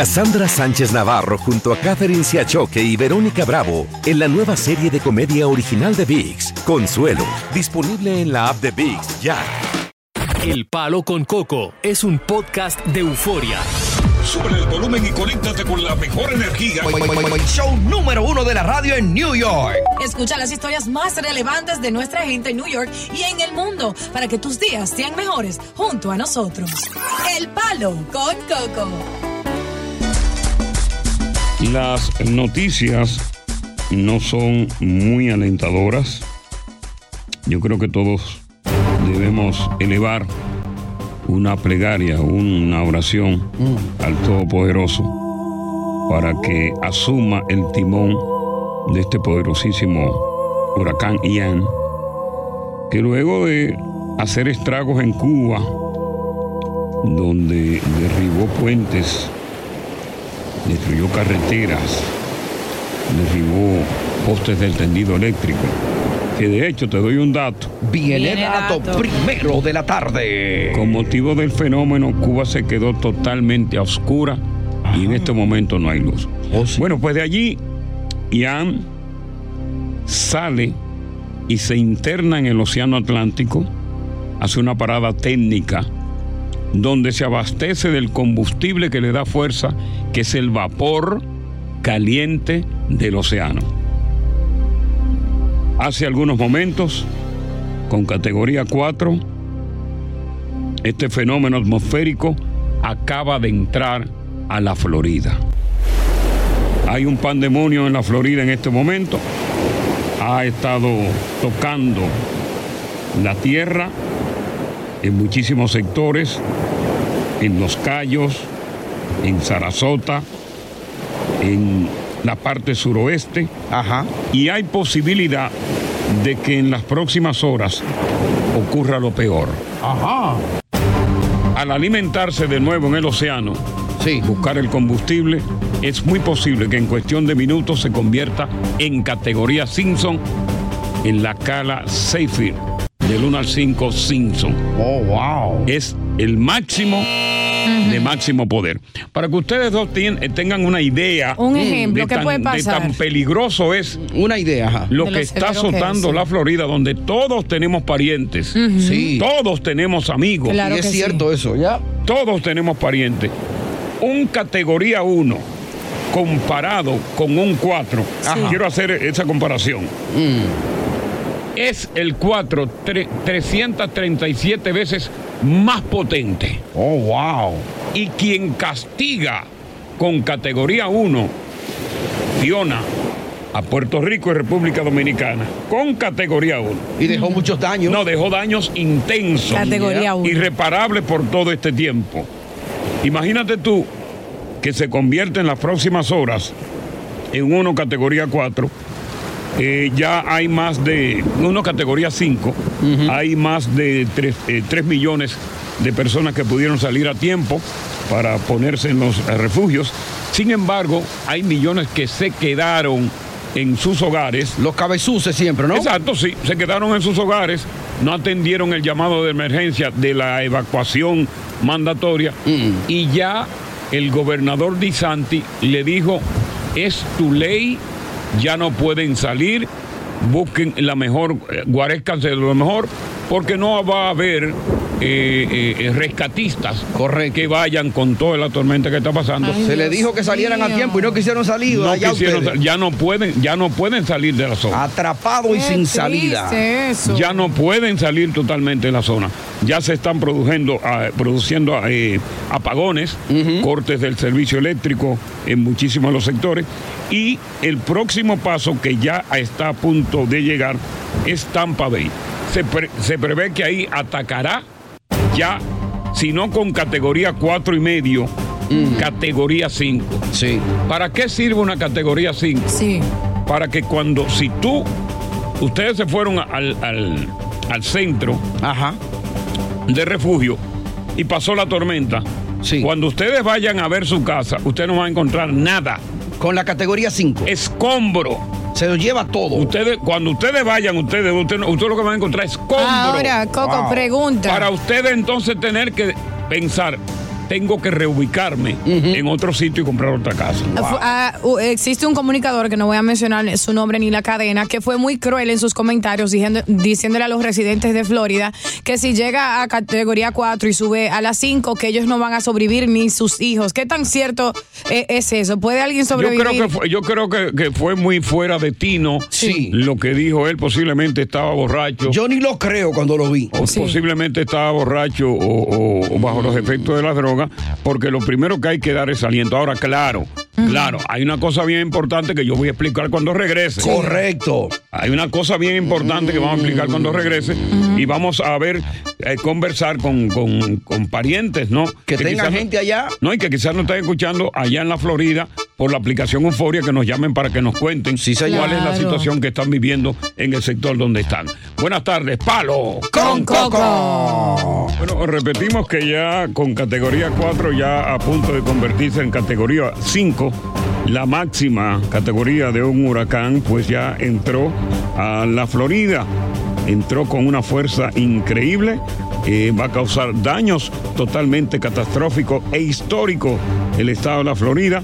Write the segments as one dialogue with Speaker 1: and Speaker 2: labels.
Speaker 1: Cassandra Sánchez Navarro junto a Catherine Siachoque y Verónica Bravo en la nueva serie de comedia original de VIX, Consuelo, disponible en la app de VIX ya.
Speaker 2: El Palo con Coco es un podcast de euforia.
Speaker 3: Sube el volumen y conéctate con la mejor energía.
Speaker 4: Show número uno de la radio en New York.
Speaker 5: Escucha las historias más relevantes de nuestra gente en New York y en el mundo para que tus días sean mejores junto a nosotros. El Palo con Coco.
Speaker 3: Las noticias no son muy alentadoras. Yo creo que todos debemos elevar una plegaria, una oración al Todopoderoso para que asuma el timón de este poderosísimo huracán Ian, que luego de hacer estragos en Cuba, donde derribó puentes, destruyó carreteras, derribó postes del tendido eléctrico, que de hecho te doy un dato.
Speaker 4: Viene dato primero de la tarde.
Speaker 3: Con motivo del fenómeno, Cuba se quedó totalmente a oscura y en este momento no hay luz.
Speaker 4: Oh,
Speaker 3: Bueno, pues de allí, Ian sale y se interna en el Océano Atlántico, hace una parada técnica donde se abastece del combustible que le da fuerza, que es el vapor caliente del océano. Hace algunos momentos, con categoría 4, este fenómeno atmosférico acaba de entrar a la Florida. Hay un pandemonio en la Florida en este momento. Ha estado tocando la tierra en muchísimos sectores, en Los Cayos, en Sarasota, en la parte suroeste.
Speaker 4: Ajá.
Speaker 3: Y hay posibilidad de que en las próximas horas ocurra lo peor.
Speaker 4: Ajá.
Speaker 3: Al alimentarse de nuevo en el océano,
Speaker 4: Sí.
Speaker 3: buscar el combustible, es muy posible que en cuestión de minutos se convierta en categoría Simpson en la cala Seifert del 1 al 5 Simpson.
Speaker 4: Oh, wow.
Speaker 3: es el máximo de máximo poder. Para que ustedes dos tien- eh, tengan una idea
Speaker 6: Un
Speaker 3: de
Speaker 6: ejemplo, ¿qué
Speaker 3: tan,
Speaker 6: puede
Speaker 3: de
Speaker 6: pasar?
Speaker 3: tan peligroso es
Speaker 4: Una idea, ajá.
Speaker 3: lo
Speaker 6: De
Speaker 3: que
Speaker 6: lo
Speaker 3: está
Speaker 6: severo que es,
Speaker 3: azotando
Speaker 6: sí.
Speaker 3: la Florida, donde todos tenemos parientes,
Speaker 4: Sí.
Speaker 3: todos tenemos amigos,
Speaker 6: Claro
Speaker 4: y es
Speaker 6: que sí.
Speaker 4: cierto eso, ¿ya?
Speaker 3: todos tenemos parientes. Un categoría 1 comparado con un 4, quiero hacer esa comparación.
Speaker 4: Mm.
Speaker 3: Es el 4 337 veces más potente.
Speaker 4: Oh, wow.
Speaker 3: Y quien castiga con categoría 1, Fiona, a Puerto Rico y República Dominicana, con categoría 1.
Speaker 4: Y dejó muchos daños.
Speaker 3: No, dejó daños intensos,
Speaker 6: Categoría uno.
Speaker 3: irreparables por todo este tiempo. Imagínate tú que se convierte en las próximas horas en uno categoría 4. eh, ya hay más de, uno categoría 5, hay más de 3, millones de personas que pudieron salir a tiempo para ponerse en los eh, refugios. Sin embargo, hay millones que se quedaron en sus hogares
Speaker 4: Los cabezuces siempre, ¿no?
Speaker 3: Exacto, sí. Se quedaron en sus hogares, no atendieron el llamado de emergencia de la evacuación mandatoria
Speaker 4: Mm.
Speaker 3: y ya el gobernador Di Santi le dijo, es tu ley, ya no pueden salir, busquen la mejor, eh, guarezcanse de lo mejor, porque no va a haber eh, eh, eh, rescatistas
Speaker 4: Correcto.
Speaker 3: que vayan con toda la tormenta que está pasando.
Speaker 4: Se
Speaker 6: Dios
Speaker 4: le dijo que salieran a
Speaker 6: mío.
Speaker 4: tiempo y no quisieron salir.
Speaker 3: No
Speaker 4: allá
Speaker 3: quisieron
Speaker 4: ustedes.
Speaker 3: sal- ya no pueden, ya no pueden salir de la zona.
Speaker 4: Atrapado y
Speaker 6: Qué
Speaker 4: sin
Speaker 6: triste
Speaker 4: salida.
Speaker 6: eso.
Speaker 3: ya no pueden salir totalmente de la zona. Ya se están produciendo, ah, produciendo eh, apagones, cortes del servicio eléctrico en muchísimos de los sectores. Y el próximo paso que ya está a punto de llegar es Tampa Bay. Se, pre- se prevé que ahí atacará ya, si no con categoría cuatro y medio, categoría 5.
Speaker 4: Sí.
Speaker 3: ¿Para qué sirve una categoría 5?
Speaker 6: Sí.
Speaker 3: para que cuando, si tú, ustedes se fueron al, al- al centro
Speaker 4: Ajá.
Speaker 3: de refugio y pasó la tormenta,
Speaker 4: Sí.
Speaker 3: cuando ustedes vayan a ver su casa, ustedes no van a encontrar nada,
Speaker 4: Con la categoría 5.
Speaker 3: escombro.
Speaker 4: Se lo lleva todo.
Speaker 3: Ustedes, cuando ustedes vayan, ustedes, ustedes, ustedes lo que van a encontrar es escombro.
Speaker 6: Ahora, Coco,
Speaker 4: Wow.
Speaker 6: pregunta.
Speaker 3: Para ustedes entonces tener que pensar, tengo que reubicarme en otro sitio y comprar otra casa.
Speaker 5: Fu- ah, u- existe un comunicador que no voy a mencionar su nombre ni la cadena que fue muy cruel en sus comentarios diciendo- diciéndole a los residentes de Florida que si llega a categoría 4 y sube a la 5 que ellos no van a sobrevivir ni sus hijos. ¿Qué tan cierto eh, es eso? ¿Puede alguien
Speaker 3: Yo
Speaker 5: sobrevivir?
Speaker 3: creo, que fue, yo creo que, que fue muy fuera de tino
Speaker 4: Sí.
Speaker 3: lo que dijo él. Posiblemente estaba borracho.
Speaker 4: Yo ni lo creo cuando lo vi.
Speaker 3: O Posiblemente estaba borracho o, o- o bajo los efectos de las drogas, porque lo primero que hay que dar es aliento. Ahora, claro, claro, hay una cosa bien importante que yo voy a explicar cuando regrese.
Speaker 4: Correcto. Mm.
Speaker 3: Hay una cosa bien importante que vamos a explicar cuando regrese y vamos a ver, eh, conversar con, con- con parientes, ¿no?
Speaker 4: Que tenga
Speaker 3: quizás no-
Speaker 4: gente allá.
Speaker 3: No, y que quizás nos estén escuchando allá en la Florida por la aplicación Euforia, que nos llamen para que nos cuenten
Speaker 4: Sí, señor.
Speaker 3: cuál es la
Speaker 5: Claro.
Speaker 3: situación que están viviendo en el sector donde están. Buenas tardes, Palo.
Speaker 5: Con Coco.
Speaker 3: Bueno, repetimos que ya con categoría 4, ya a punto de convertirse en categoría 5, la máxima categoría de un huracán, pues ya entró a la Florida. Entró con una fuerza increíble, eh, va a causar daños totalmente catastróficos e históricos el estado de la Florida.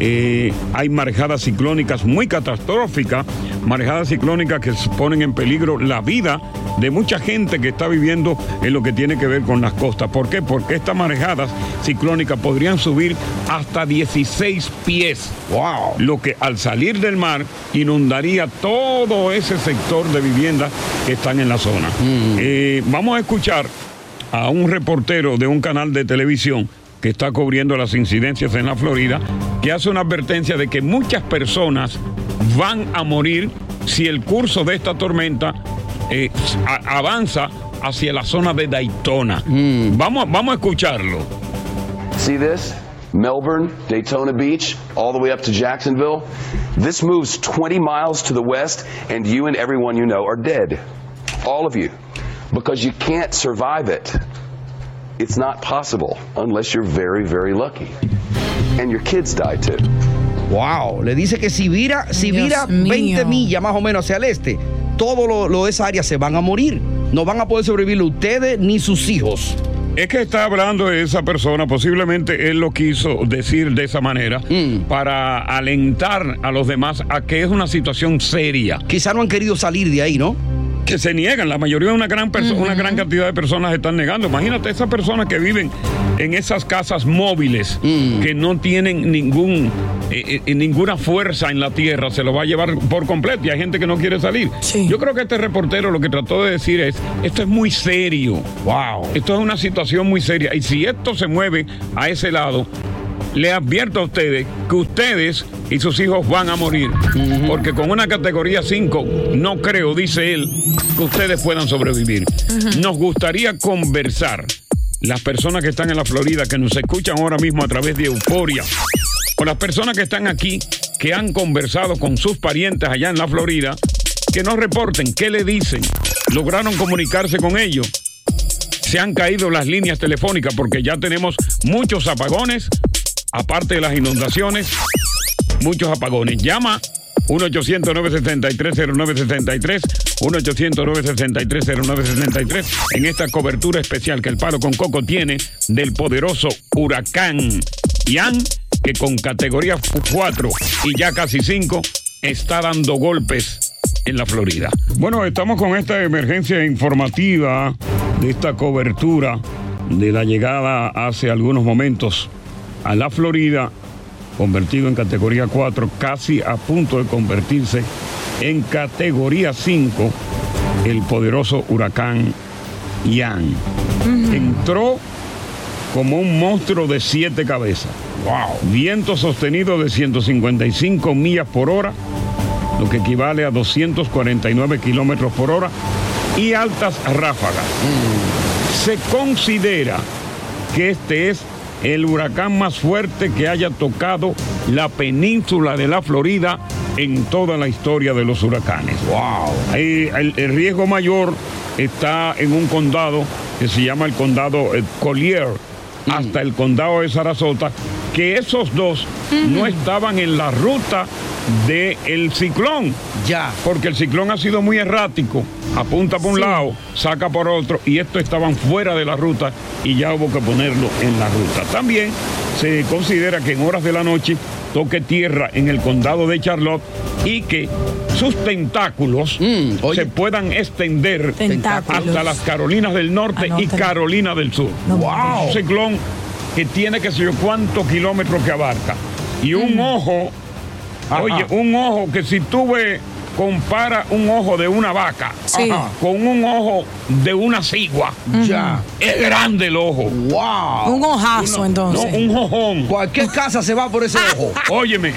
Speaker 3: Eh, hay marejadas ciclónicas muy catastróficas, marejadas ciclónicas que s- ponen en peligro la vida de mucha gente que está viviendo en lo que tiene que ver con las costas. ¿Por qué? Porque estas marejadas ciclónicas podrían subir hasta 16 pies,
Speaker 4: Wow.
Speaker 3: lo que al salir del mar inundaría todo ese sector de viviendas que están en la zona. Eh, vamos a escuchar a un reportero de un canal de televisión que está cubriendo las incidencias en la Florida, que hace una advertencia de que muchas personas van a morir si el curso de esta tormenta eh, a- avanza hacia la zona de Daytona. Vamos, vamos a escucharlo.
Speaker 6: See this? Melbourne, Daytona Beach, all the way up to Jacksonville. This moves 20 miles to the west, and you and everyone you know are dead. All of you. Because you can't survive it. It's not possible unless you're very, very lucky. And your kids die too.
Speaker 4: Wow. Le dice que si vira, si
Speaker 5: Dios
Speaker 4: vira
Speaker 5: mío.
Speaker 4: 20 millas más o menos hacia el este, todo lo, lo de esa área se van a morir. No van a poder sobrevivir ustedes ni sus hijos.
Speaker 3: Es que está hablando de esa persona, posiblemente él lo quiso decir de esa manera,
Speaker 4: Mm.
Speaker 3: para alentar a los demás a que es una situación seria.
Speaker 4: Quizá no han querido salir de ahí, ¿no?
Speaker 3: Que se niegan, la mayoría de una gran, perso- una gran cantidad de personas están negando. Imagínate esas personas que viven en esas casas móviles, que no tienen ningún, eh, eh, ninguna fuerza en la tierra, se lo va a llevar por completo y hay gente que no quiere salir.
Speaker 5: Sí.
Speaker 3: Yo creo que este reportero lo que trató de decir es, esto es muy serio.
Speaker 4: Wow.
Speaker 3: Esto es una situación muy seria. Y si esto se mueve a ese lado, le advierto a ustedes que ustedes y sus hijos van a morir. Porque con una categoría 5, no creo, dice él, que ustedes puedan sobrevivir. Nos gustaría conversar. Las personas que están en la Florida, que nos escuchan ahora mismo a través de Euforia, o las personas que están aquí, que han conversado con sus parientes allá en la Florida, que nos reporten qué le dicen, lograron comunicarse con ellos se han caído las líneas telefónicas porque ya tenemos muchos apagones, aparte de las inundaciones, muchos apagones. Llama 1-800-963-0963, 1-800-963-0963, en esta cobertura especial que el Palo con Coco tiene del poderoso huracán Ian, que con categoría 4 y ya casi 5 está dando golpes en la Florida. Bueno, estamos con esta emergencia informativa de esta cobertura de la llegada hace algunos momentos a la Florida, convertido en categoría 4, casi a punto de convertirse en categoría 5, el poderoso huracán Ian. Entró como un monstruo de siete cabezas. Wow. Viento sostenido de 155 millas por hora, lo que equivale a 249 kilómetros por hora y altas ráfagas. Se considera que este es el huracán más fuerte que haya tocado la península de la Florida en toda la historia de los huracanes. Wow. el, el riesgo mayor está en un condado que se llama el condado eh, Collier, hasta el condado de Sarasota, que esos dos no estaban en la ruta del ciclón
Speaker 4: Ya.
Speaker 3: porque el ciclón ha sido muy errático, apunta por un lado, saca por otro, y estos estaban fuera de la ruta y ya hubo que ponerlo en la ruta. También se considera que en horas de la noche toque tierra en el condado de Charlotte y que sus tentáculos
Speaker 4: Mm, oye.
Speaker 3: se puedan extender
Speaker 5: Tentáculos.
Speaker 3: hasta las Carolinas del Norte y
Speaker 5: Anótalo.
Speaker 3: Carolina del Sur.
Speaker 5: No,
Speaker 3: ¡Wow! Un ciclón que tiene que sé yo cuántos kilómetros que abarca. Y un
Speaker 5: Mm.
Speaker 3: ojo, oye, un ojo que si tú ves, compara un ojo de una vaca
Speaker 5: Sí.
Speaker 3: ajá, con un ojo de una cigua,
Speaker 4: Ya.
Speaker 3: es grande el ojo.
Speaker 4: ¡Wow!
Speaker 5: Un ojazo,
Speaker 3: No,
Speaker 5: entonces.
Speaker 3: un ojón.
Speaker 4: Cualquier casa se va por ese ojo.
Speaker 3: Óyeme,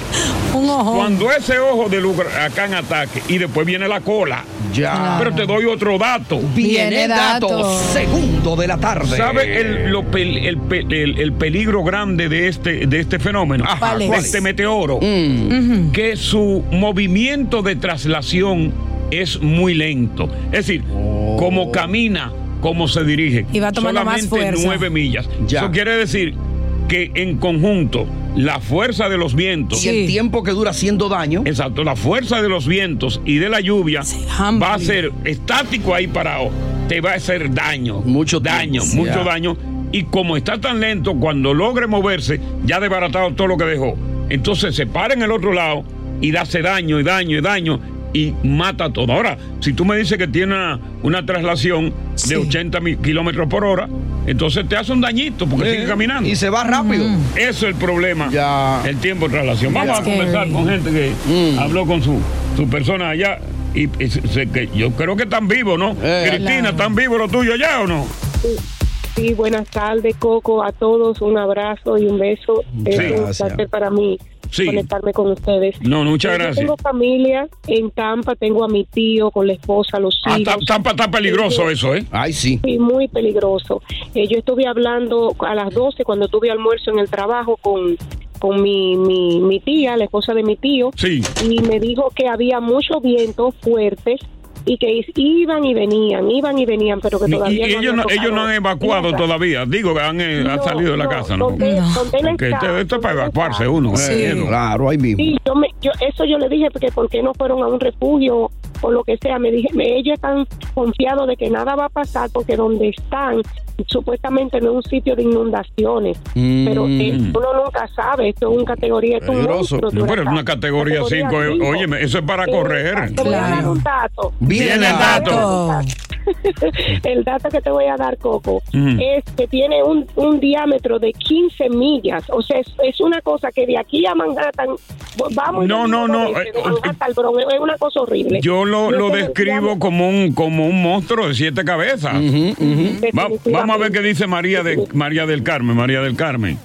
Speaker 5: un ojo.
Speaker 3: cuando ese ojo del huracán ataque y después viene la cola,
Speaker 4: Ya.
Speaker 3: pero te doy otro dato.
Speaker 4: Viene
Speaker 5: Viene
Speaker 4: dato.
Speaker 5: dato.
Speaker 4: Segundo de la tarde.
Speaker 3: ¿Sabe el, lo pel- el pe- el- el peligro grande de este, de este fenómeno?
Speaker 5: ¿Cuál
Speaker 3: de
Speaker 5: es?
Speaker 3: este meteoro. Que su movimiento de traslación es muy lento. Es decir,
Speaker 4: Oh.
Speaker 3: como camina, como se dirige.
Speaker 5: Y va tomando más
Speaker 3: solamente
Speaker 5: fuerza.
Speaker 3: nueve millas.
Speaker 4: Ya.
Speaker 3: Eso quiere decir que en conjunto, la fuerza de los vientos.
Speaker 4: Y el
Speaker 5: Sí.
Speaker 4: tiempo que dura haciendo daño.
Speaker 3: Exacto, la fuerza de los vientos y de la lluvia
Speaker 5: Sí,
Speaker 3: va a
Speaker 5: humbling.
Speaker 3: ser estático ahí parado. Te va a hacer daño.
Speaker 4: Mucho
Speaker 3: daño,
Speaker 4: tiempo, ya.
Speaker 3: mucho daño. Y como está tan lento, cuando logre moverse, ya ha desbaratado todo lo que dejó. Entonces se para en el otro lado y hace daño y daño y daño y mata todo. Ahora, si tú me dices que tiene una, una traslación
Speaker 5: Sí.
Speaker 3: de 80 mil kilómetros por hora, entonces te hace un dañito porque
Speaker 4: Eh,
Speaker 3: sigue caminando. Mm.
Speaker 4: Y se va rápido.
Speaker 3: Eso es el problema.
Speaker 4: Ya. Mm.
Speaker 3: El tiempo de traslación. Vamos a
Speaker 5: That's
Speaker 3: conversar
Speaker 5: scary.
Speaker 3: con gente que habló con su, su persona allá. Y, y se- se- que yo creo que están vivos, ¿no?
Speaker 4: Eh.
Speaker 3: Cristina,
Speaker 5: Claro.
Speaker 3: ¿están vivos los tuyos allá o no?
Speaker 7: Sí, buenas tardes, Coco. A todos un abrazo y un beso.
Speaker 4: Muchas
Speaker 7: es un
Speaker 4: gracias.
Speaker 7: placer para mí
Speaker 3: Sí.
Speaker 7: conectarme con ustedes.
Speaker 3: No, muchas
Speaker 7: Yo
Speaker 3: gracias.
Speaker 7: Tengo familia en Tampa, tengo a mi tío con la esposa, los
Speaker 3: Ah,
Speaker 7: hijos.
Speaker 3: está, está- está peligroso eso, ¿eh?
Speaker 4: Ay, sí.
Speaker 7: Sí, muy peligroso. Eh, yo estuve hablando a las 12 cuando tuve almuerzo en el trabajo con, con mi, mi, mi tía, la esposa de mi tío,
Speaker 3: Sí.
Speaker 7: y me dijo que había muchos vientos fuertes y que is- iban y venían, iban y venían, pero que
Speaker 3: Y,
Speaker 7: todavía
Speaker 3: y
Speaker 7: no
Speaker 3: ellos,
Speaker 7: habían
Speaker 3: no, ellos
Speaker 7: tocado
Speaker 3: no han evacuado
Speaker 7: tierra.
Speaker 3: todavía. Digo que han, eh, han
Speaker 7: No,
Speaker 3: salido de la
Speaker 7: no,
Speaker 3: casa, ¿no?
Speaker 7: donde- donde él
Speaker 3: Porque
Speaker 7: está,
Speaker 3: esto, esto es para
Speaker 7: donde él
Speaker 3: evacuarse
Speaker 7: está.
Speaker 3: uno.
Speaker 5: Sí.
Speaker 3: ¿eh?
Speaker 5: Claro.
Speaker 4: Claro, ahí mismo.
Speaker 7: Sí, yo me, yo, eso yo le dije porque por qué no fueron a un refugio o lo que sea. Me dije, me, ellos están confiados de que nada va a pasar porque donde están supuestamente no es un sitio de inundaciones. Pero eh, uno nunca sabe, esto es una categoría, esto es un
Speaker 4: Peligroso.
Speaker 7: monstruo,
Speaker 3: No, pero es una
Speaker 7: huracán.
Speaker 3: categoría cinco, eh,
Speaker 7: cinco.
Speaker 3: óyeme, eso es para correr.
Speaker 7: Te voy a dar
Speaker 5: Claro.
Speaker 7: un dato.
Speaker 4: Viene
Speaker 3: Viene
Speaker 4: el
Speaker 3: dato.
Speaker 7: El dato que te voy a dar, Coco,
Speaker 3: Ujú.
Speaker 7: es que tiene un, un diámetro de 15 millas. O sea, es, es una cosa que de aquí a Manhattan, vamos... y
Speaker 3: No, no,
Speaker 7: venimos
Speaker 3: no,
Speaker 7: dos veces,
Speaker 3: eh,
Speaker 7: de Manhattan al Bronx, es una cosa horrible.
Speaker 3: Yo lo, lo
Speaker 7: Entonces,
Speaker 3: describo como un, como un monstruo de siete cabezas. Va- vamos a ver qué dice María, de, María del Carmen. María del Carmen.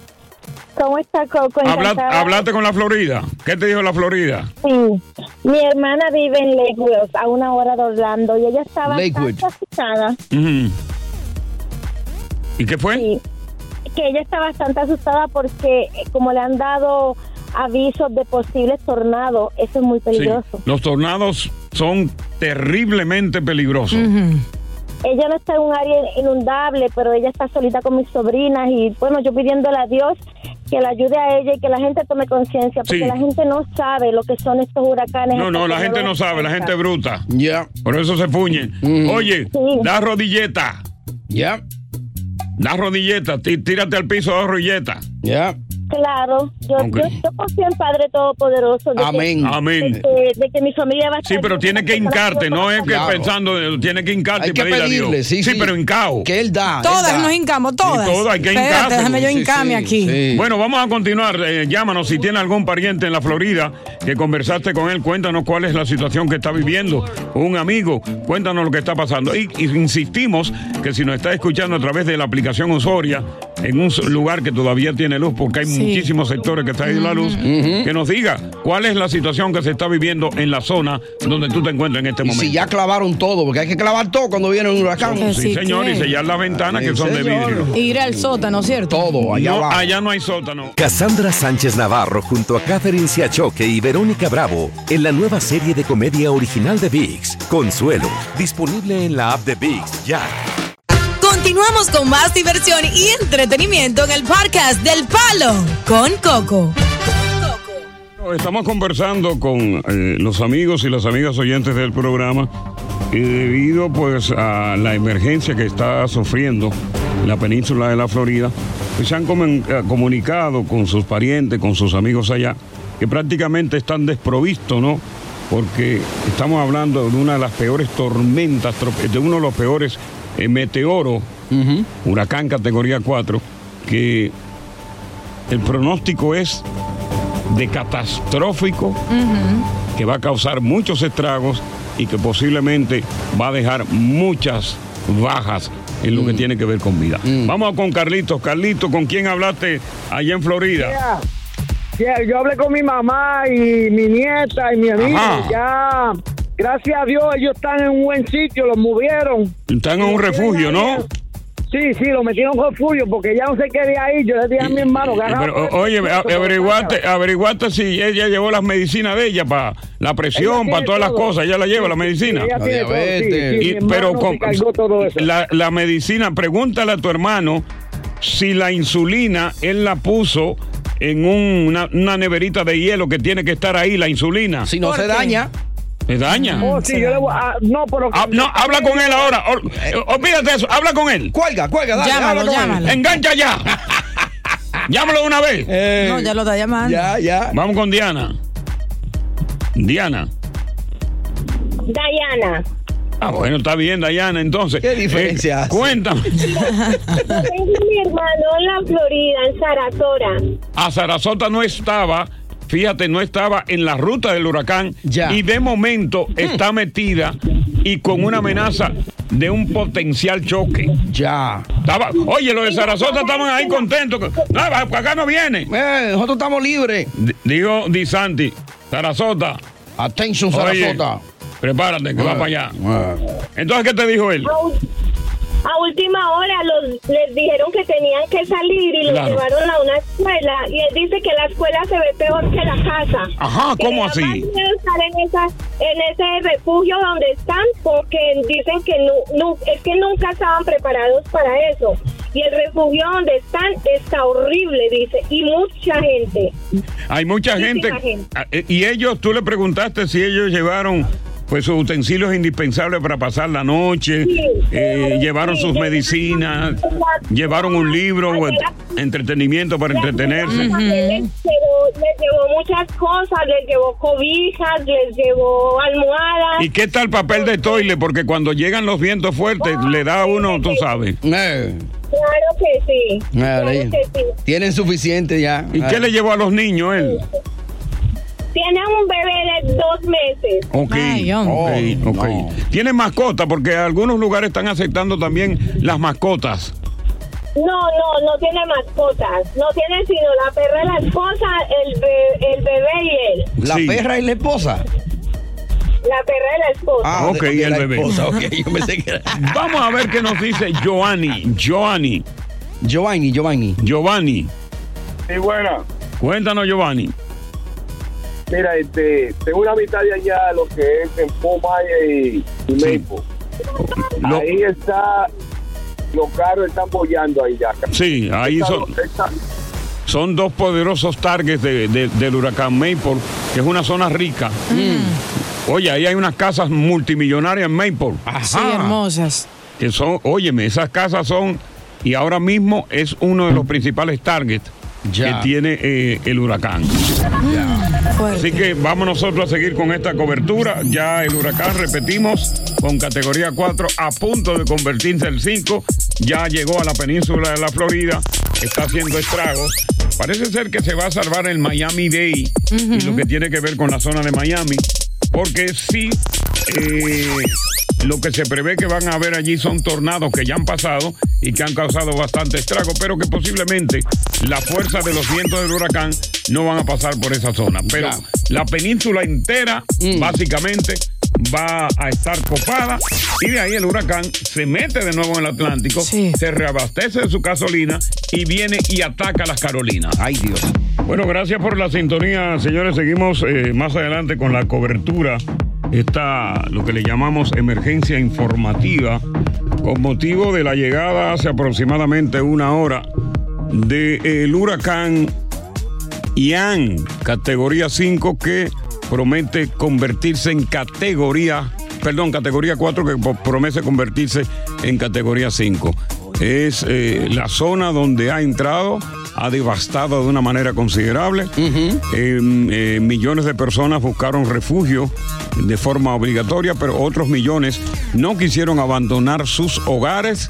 Speaker 8: ¿Cómo está Coco?
Speaker 7: Pues
Speaker 3: Habla-
Speaker 8: Encantada.
Speaker 3: hablaste con la Florida. ¿Qué te dijo la Florida?
Speaker 8: Sí. Mi hermana vive en Lakewood, a una hora de Orlando, y ella estaba
Speaker 4: Lakewood.
Speaker 8: tan asustada.
Speaker 3: Ujú. ¿Y qué fue?
Speaker 8: Sí. Que ella está bastante asustada porque eh, como le han dado avisos de posibles tornados, eso es muy
Speaker 3: Sí.
Speaker 8: peligroso.
Speaker 3: Los tornados son terriblemente peligrosos.
Speaker 8: Ella no está en un área inundable, pero ella está solita con mis sobrinas y bueno, yo pidiéndole a Dios que la ayude a ella y que la gente tome conciencia, porque
Speaker 3: Sí.
Speaker 8: la gente no sabe lo que son estos huracanes.
Speaker 3: No,
Speaker 8: hasta
Speaker 3: no,
Speaker 8: que
Speaker 3: la gente
Speaker 8: lo
Speaker 3: no sabe, la gente es
Speaker 8: escucha.
Speaker 3: bruta.
Speaker 4: Ya,
Speaker 3: Por eso se fuñe. Oye,
Speaker 8: Sí.
Speaker 3: da rodilleta.
Speaker 4: ya,
Speaker 3: Da rodilleta. Tí- Tírate al piso, da rodilleta.
Speaker 4: ya.
Speaker 8: Claro, yo,
Speaker 3: Ok.
Speaker 8: yo, yo confío en Padre Todopoderoso. de que-
Speaker 4: Amén.
Speaker 8: de
Speaker 3: Amén.
Speaker 8: que, de que mi familia va a
Speaker 3: Sí,
Speaker 8: estar
Speaker 3: pero
Speaker 8: bien,
Speaker 3: tiene que
Speaker 8: porque
Speaker 3: hincarte, no es que
Speaker 4: Claro.
Speaker 3: pensando, tiene que hincarte
Speaker 4: Hay
Speaker 3: y
Speaker 4: que
Speaker 3: pedirle a Dios.
Speaker 4: pedirle, sí, sí.
Speaker 3: pero hincao.
Speaker 4: Que él da. él da.
Speaker 5: Todas nos hincamos, todas.
Speaker 3: todas, hay que
Speaker 5: Espérate,
Speaker 3: hincarse.
Speaker 5: déjame yo
Speaker 4: Sí,
Speaker 5: hincame
Speaker 4: sí,
Speaker 5: aquí.
Speaker 4: sí.
Speaker 3: Bueno, vamos a continuar. Eh, llámanos si tiene algún pariente en la Florida que conversaste con él. Cuéntanos cuál es la situación que está viviendo. Un amigo, cuéntanos lo que está pasando. Y, y insistimos que si nos está escuchando a través de la aplicación Osoria, en un lugar que todavía tiene luz, porque hay
Speaker 5: Sí.
Speaker 3: muchísimos sectores que está ahí la luz, que nos diga cuál es la situación que se está viviendo en la zona donde tú te encuentras en este
Speaker 4: Y
Speaker 3: momento.
Speaker 4: si ya clavaron todo, porque hay que clavar todo cuando viene un huracán.
Speaker 5: Sí.
Speaker 3: Sí, señor, y
Speaker 5: ¿quién?
Speaker 3: sellar las ventanas
Speaker 4: Sí,
Speaker 3: que son de
Speaker 4: señor.
Speaker 3: vidrio.
Speaker 5: Y ir al sótano, ¿cierto?
Speaker 4: Todo, allá
Speaker 3: No,
Speaker 4: abajo.
Speaker 3: allá no hay sótano.
Speaker 1: Cassandra Sánchez Navarro junto a Catherine Siachoque y Verónica Bravo en la nueva serie de comedia original de VIX, Consuelo, disponible en la app de VIX ya.
Speaker 9: Continuamos con más diversión y entretenimiento en el podcast del Palo con Coco.
Speaker 3: Estamos conversando con eh, los amigos y las amigas oyentes del programa y debido pues a la emergencia que está sufriendo la península de la Florida, pues se han comen- eh, comunicado con sus parientes, con sus amigos allá, que prácticamente están desprovistos, ¿no? Porque estamos hablando de una de las peores tormentas, trope- de uno de los peores eh, meteoros, huracán categoría 4, que el pronóstico es de catastrófico que va a causar muchos estragos y que posiblemente va a dejar muchas bajas en lo que tiene que ver con vida. Vamos con Carlitos. Carlitos, ¿con quién hablaste allá en Florida?
Speaker 10: Ya, Yo hablé con mi mamá y mi nieta y mi amiga.
Speaker 3: Ajá.
Speaker 10: Ya, gracias a Dios, ellos están en un buen sitio, los movieron.
Speaker 3: Están en un refugio, ¿no?
Speaker 10: Sí, sí, los metieron en un refugio porque ya no se quería ir. Yo le dije a mi hermano,
Speaker 3: Eh,
Speaker 10: agarra-
Speaker 3: pero, o- oye, a-
Speaker 10: pues,
Speaker 3: averiguaste, averiguaste si ella llevó las medicinas de ella para la presión,
Speaker 10: tiene
Speaker 3: para todas las
Speaker 10: todo.
Speaker 3: cosas. Ella la lleva, la
Speaker 10: Sí,
Speaker 3: medicina.
Speaker 10: ella La tiene todo, sí, diabetes. sí,
Speaker 3: Y-
Speaker 10: mi hermano
Speaker 3: pero
Speaker 10: se
Speaker 3: con-
Speaker 10: cargó todo eso.
Speaker 3: la, la medicina, pregúntale a tu hermano si la insulina él la puso en un- una, una neverita de hielo que tiene que estar ahí, la insulina.
Speaker 4: Si no se daña.
Speaker 3: Se daña.
Speaker 10: Oh, sí, yo le voy a- No, pero.
Speaker 3: Ah, no, habla con él ahora. Ol- Olvídate de eso, habla con él.
Speaker 4: Eh. Cuelga, cuelga, dale.
Speaker 5: Llámalo,
Speaker 4: habla con él.
Speaker 5: llámalo.
Speaker 3: Engancha ya. Llámalo de una vez.
Speaker 4: Eh,
Speaker 5: No, ya lo está llamando.
Speaker 4: ya, ya.
Speaker 3: Vamos con Diana. Diana.
Speaker 8: Diana,
Speaker 3: Ah, bueno, está bien, Diana, entonces.
Speaker 4: ¿Qué diferencia hace?
Speaker 3: Eh, cuéntame.
Speaker 8: tengo a mi hermano en la Florida, en Sarasota.
Speaker 3: A Sarasota no estaba, fíjate, no estaba en la ruta del huracán.
Speaker 4: Ya. Hmm.
Speaker 3: Y de momento está metida y con una amenaza de un potencial choque.
Speaker 4: Ya.
Speaker 3: Estaba, oye, los de Sarasota estaban ahí contentos. que- No, acá no viene.
Speaker 4: Eh, nosotros estamos libres.
Speaker 3: D- Dijo Di Santi, Sarasota.
Speaker 4: Attention,
Speaker 3: Oye,
Speaker 4: Sarasota.
Speaker 3: prepárate que va para allá.
Speaker 4: Eh.
Speaker 3: Entonces, ¿qué te dijo él?
Speaker 8: A ul- A última hora los, les dijeron que tenían que salir y los
Speaker 3: Claro.
Speaker 8: llevaron a una escuela y él dice que la escuela se ve peor que la casa.
Speaker 3: Ajá,
Speaker 8: Que
Speaker 3: ¿cómo
Speaker 8: le da
Speaker 3: así?
Speaker 8: más miedo estar en, esa, en ese refugio donde están porque dicen que no, no- es que nunca estaban preparados para eso. Y el refugio donde están está horrible, dice, y mucha gente.
Speaker 3: Hay mucha gente.
Speaker 8: Muchísima gente.
Speaker 3: Ah, eh, Y ellos, tú le preguntaste si ellos llevaron pues sus utensilios indispensables para pasar la noche,
Speaker 8: Sí,
Speaker 3: eh,
Speaker 8: claro,
Speaker 3: llevaron
Speaker 8: sí,
Speaker 3: sus
Speaker 8: llevaron-
Speaker 3: medicinas, llevaron un libro o ent- entretenimiento para entretenerse.
Speaker 8: Les, llevó, les llevó muchas cosas, les llevó cobijas, les llevó almohadas.
Speaker 3: ¿Y qué está el papel de toile? Porque cuando llegan los vientos fuertes, le da a uno, tú sabes.
Speaker 4: Eh,
Speaker 8: Claro que sí.
Speaker 4: Claro,
Speaker 8: Claro
Speaker 4: ahí.
Speaker 8: que sí.
Speaker 4: Tienen suficiente ya.
Speaker 3: ¿Y
Speaker 4: Ah.
Speaker 3: qué le llevó a los niños él?
Speaker 8: Tienen un bebé de dos meses.
Speaker 3: Ok,
Speaker 5: Ay,
Speaker 3: ok,
Speaker 4: hombre.
Speaker 3: ok.
Speaker 4: No.
Speaker 3: Tienen mascota, porque algunos lugares están aceptando también las mascotas.
Speaker 8: No, no, no tiene mascotas. No tiene sino la perra, la esposa, el, be- el bebé y él.
Speaker 4: La
Speaker 3: Sí.
Speaker 4: perra y la esposa.
Speaker 8: La perra y la esposa.
Speaker 3: Ah, ok,
Speaker 4: de-
Speaker 3: y
Speaker 4: de
Speaker 3: el
Speaker 4: la
Speaker 3: bebé.
Speaker 4: esposa, ok, yo pensé que era-
Speaker 3: Vamos a ver qué nos dice Giovanni. Giovanni.
Speaker 4: Giovanni, Giovanni.
Speaker 3: Giovanni.
Speaker 10: Y bueno,
Speaker 3: Cuéntanos, Giovanni.
Speaker 10: mira, este, tengo una mitad de allá, lo que es en Pomaya y, y
Speaker 3: Maipo. Lo-
Speaker 10: Ahí está, los carros están bollando ahí ya.
Speaker 3: sí, ahí son, son dos poderosos targets de- de- del huracán Maple, que es una zona rica. Oye, ahí hay unas casas multimillonarias en Maple.
Speaker 5: Sí, hermosas.
Speaker 3: Que son, óyeme, esas casas son, y ahora mismo es uno de los principales targets
Speaker 4: Mm. Ya.
Speaker 3: que tiene eh, el huracán. Así
Speaker 5: Fuerte.
Speaker 3: que vamos nosotros a seguir con esta cobertura. Ya el huracán, repetimos, con categoría 4 a punto de convertirse en 5. Ya llegó a la península de la Florida, está haciendo estragos. Parece ser que se va a salvar el Miami Day y lo que tiene que ver con la zona de Miami, porque sí, eh, lo que se prevé que van a haber allí son tornados que ya han pasado y que han causado bastante estrago, pero que posiblemente la fuerza de los vientos del huracán no van a pasar por esa zona. Pero
Speaker 4: Ya.
Speaker 3: la península entera, básicamente, va a estar copada y de ahí el huracán se mete de nuevo en el Atlántico,
Speaker 5: Sí.
Speaker 3: se reabastece de su gasolina y viene y ataca a las Carolinas.
Speaker 4: Ay, Dios.
Speaker 3: Bueno, gracias por la sintonía, señores. Seguimos eh, más adelante con la cobertura. Está lo que le llamamos emergencia informativa con motivo de la llegada hace aproximadamente una hora del huracán Ian, categoría 5, que promete convertirse en categoría perdón, categoría 4 que po- promete convertirse en categoría 5. Es eh, la zona donde ha entrado, ha devastado de una manera considerable. Eh, eh, millones de personas buscaron refugio de forma obligatoria, pero otros millones no quisieron abandonar sus hogares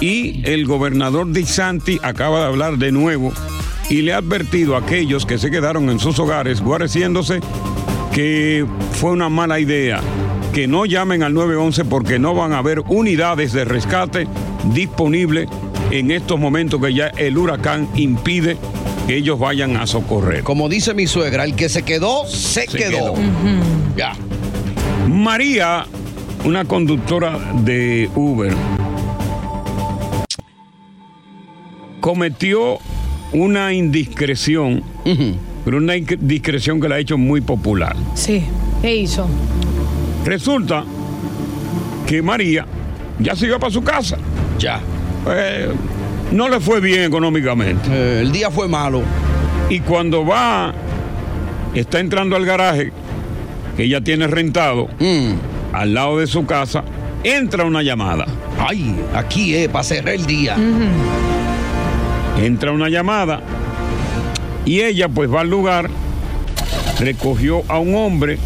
Speaker 3: y el gobernador Di Santi acaba de hablar de nuevo y le ha advertido a aquellos que se quedaron en sus hogares guareciéndose que fue una mala idea, que no llamen al 911 porque no van a haber unidades de rescate disponibles en estos momentos que ya el huracán impide que ellos vayan a socorrer.
Speaker 4: Como dice mi suegra, el que se quedó, se, quedó. Ya.
Speaker 3: María, una conductora de Uber, cometió una indiscreción, pero una indiscreción que la ha hecho muy popular.
Speaker 5: Sí. ¿Qué hizo?
Speaker 3: Resulta que María ya se iba para su casa. Eh,
Speaker 4: Ya.
Speaker 3: no le fue bien económicamente.
Speaker 4: Eh, el día fue malo.
Speaker 3: Y cuando va, está entrando al garaje que ella tiene rentado,
Speaker 4: Mm.
Speaker 3: al lado de su casa, entra una llamada.
Speaker 4: Ay, aquí es, para cerrar el día.
Speaker 3: Entra una llamada y ella pues va al lugar, recogió a un hombre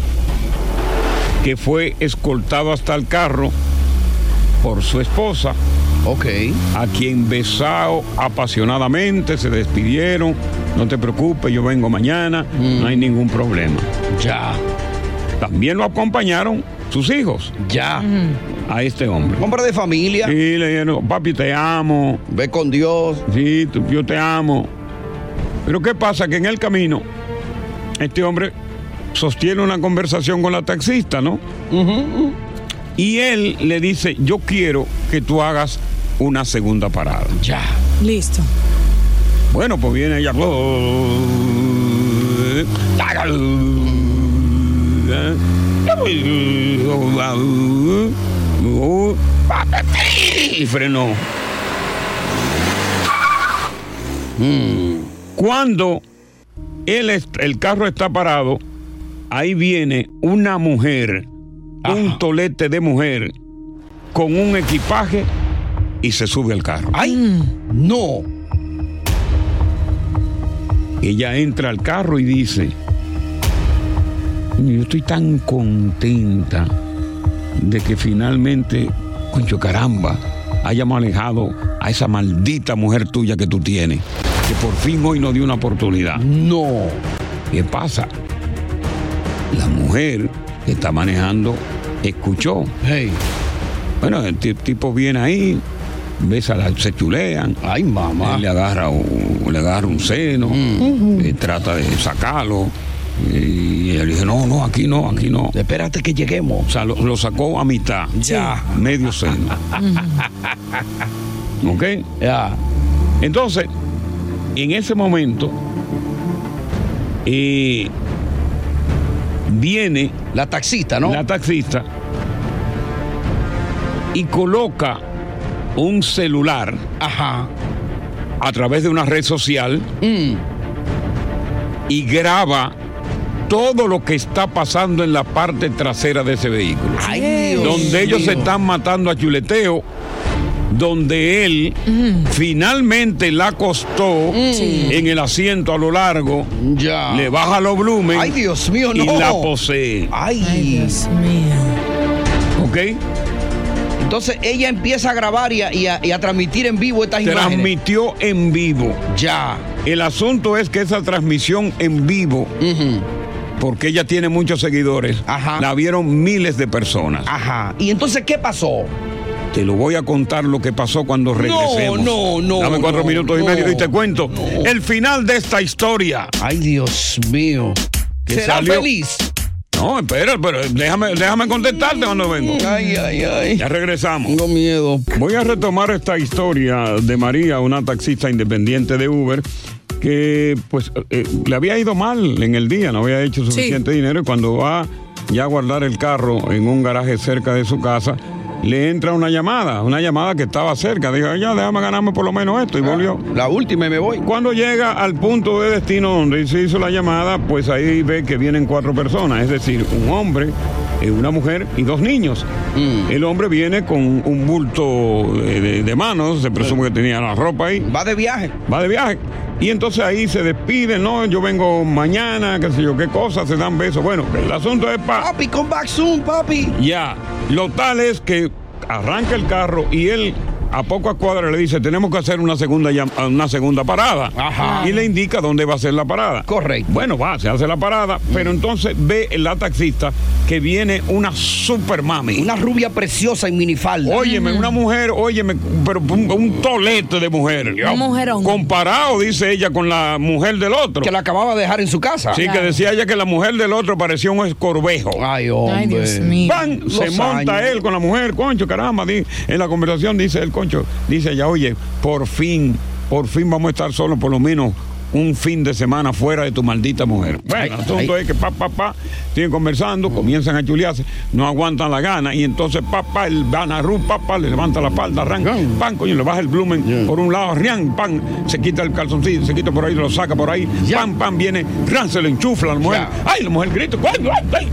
Speaker 3: que fue escoltado hasta el carro por su esposa.
Speaker 4: Ok.
Speaker 3: A quien besó apasionadamente, se despidieron, no te preocupes, yo vengo mañana, no hay ningún problema.
Speaker 4: Mm. Ya.
Speaker 3: También lo acompañaron sus hijos.
Speaker 4: Ya.
Speaker 3: A este hombre.
Speaker 4: Hombre de familia.
Speaker 3: Sí, le dijeron, papi, te amo.
Speaker 4: Ve con Dios.
Speaker 3: Sí, tú- yo te amo. Pero ¿qué pasa? Que en el camino, este hombre sostiene una conversación con la taxista, ¿no? Y él le dice, yo quiero que tú hagas una segunda parada.
Speaker 4: Ya.
Speaker 5: Listo.
Speaker 3: Bueno, pues viene ella. Y frenó. Mm. Cuando él est- el carro está parado, ahí viene una mujer, un tolete de mujer, con un equipaje y se sube al carro.
Speaker 4: Ay, no.
Speaker 3: Ella entra al carro y dice, yo estoy tan contenta de que finalmente, concho caramba, hayamos alejado a esa maldita mujer tuya que tú tienes, que por fin hoy nos dio una oportunidad.
Speaker 4: No.
Speaker 3: ¿Qué pasa? La mujer que está manejando escuchó.
Speaker 4: Hey.
Speaker 3: Bueno, el ti- tipo viene ahí, besa, la- se chulean,
Speaker 4: Ay, mamá. Mm.
Speaker 3: él le agarra un, le agarra un seno, eh, trata de sacarlo. Y él dice, no, no, aquí no, aquí no.
Speaker 4: Espérate que
Speaker 3: O
Speaker 4: lleguemos.
Speaker 3: sea, lo, lo sacó a mitad.
Speaker 4: Ya.
Speaker 3: Medio seno. ¿Ok?
Speaker 4: Ya.
Speaker 3: Entonces, en ese momento, eh, viene
Speaker 4: La taxista, ¿no?
Speaker 3: la taxista y coloca un celular
Speaker 4: Ajá.
Speaker 3: a través de una red social
Speaker 4: Mm.
Speaker 3: y graba todo lo que está pasando en la parte trasera de ese vehículo.
Speaker 4: Ay, Dios
Speaker 3: donde ellos se
Speaker 4: mío.
Speaker 3: están matando a chuleteo, donde él finalmente la acostó en el asiento a lo largo,
Speaker 4: Ya.
Speaker 3: le baja los
Speaker 4: Ay,
Speaker 3: volúmenes
Speaker 4: Dios mío, no.
Speaker 3: y la posee.
Speaker 4: Ay.
Speaker 5: mío.
Speaker 3: ¿Ok?
Speaker 4: Entonces ella empieza a grabar y a, y a- y a transmitir en vivo estas imágenes.
Speaker 3: Transmitió en vivo.
Speaker 4: Ya.
Speaker 3: El asunto es que esa transmisión en vivo,
Speaker 4: Ujú.
Speaker 3: porque ella tiene muchos seguidores,
Speaker 4: Ajá.
Speaker 3: la vieron miles de personas.
Speaker 4: Ajá. ¿Y entonces qué pasó?
Speaker 3: Te lo voy a contar lo que pasó cuando regresemos.
Speaker 4: no, no,
Speaker 3: Dame cuatro
Speaker 4: no,
Speaker 3: minutos y
Speaker 4: no,
Speaker 3: medio y te cuento el final de esta historia.
Speaker 4: Ay, Dios mío.
Speaker 3: Que
Speaker 4: ¿Será
Speaker 3: salió-
Speaker 4: feliz?
Speaker 3: No, espera, pero déjame, déjame contestarte cuando vengo.
Speaker 4: Ay, ay, ay.
Speaker 3: Ya regresamos.
Speaker 4: Tengo miedo.
Speaker 3: Voy a retomar esta historia de María, una taxista independiente de Uber, que pues eh, le había ido mal en el día, no había hecho suficiente dinero y cuando va ya a guardar el carro en un garaje cerca de su casa, le entra una llamada, una llamada que estaba cerca. Dijo, ya déjame ganarme por lo menos esto y volvió.
Speaker 4: Ah, La última y me voy.
Speaker 3: Cuando llega al punto de destino donde se hizo la llamada, pues ahí ve que vienen cuatro personas, es decir, un hombre, eh, una mujer y dos niños.
Speaker 4: Mm.
Speaker 3: El hombre viene con un bulto eh, de, de manos, se presume que tenía la ropa ahí.
Speaker 4: Va de viaje.
Speaker 3: Va de viaje. Y entonces ahí se despide, no, yo vengo mañana, qué sé yo, qué cosa, se dan besos. Bueno, el asunto es para...
Speaker 4: Papi, come back soon, papi.
Speaker 3: Ya, lo tal es que arranca el carro y él a pocas cuadras le dice, tenemos que hacer una segunda, llam- una segunda parada.
Speaker 4: Ajá.
Speaker 3: Y le indica dónde va a ser la parada.
Speaker 4: Correcto.
Speaker 3: Bueno, va, se hace la parada, pero entonces ve la taxista que viene una super mami.
Speaker 4: Una rubia preciosa en minifalda.
Speaker 3: Óyeme, una mujer, óyeme, pero un, un tolete de mujer.
Speaker 5: Un mujerón.
Speaker 3: Comparado, dice ella, con la ah, mujer del otro.
Speaker 4: que la acababa de dejar en su casa.
Speaker 3: Sí, que decía ella que la mujer del otro parecía un escorbejo.
Speaker 4: Ay, hombre.
Speaker 5: Ay, Dios mío.
Speaker 3: Pan,
Speaker 4: Los
Speaker 3: se monta
Speaker 4: años.
Speaker 3: él con la mujer, concho, caramba, di- en la conversación dice el concho, dice ella, oye, por fin, por fin vamos a estar solos por lo menos un fin de semana fuera de tu maldita mujer. Bueno, el asunto es que pa, pa, pa, siguen conversando, comienzan a chulearse, no aguantan la gana y entonces pa, pa, el banarú, pa, pa, le levanta la espalda, arranca, pan, coño, le baja el blumen por un lado, rian, pan, se quita el calzoncillo, se quita por ahí, lo saca por ahí, pan, pan, viene, ran, se le enchufla a la mujer, ay, la mujer grita, coño, ay, ay.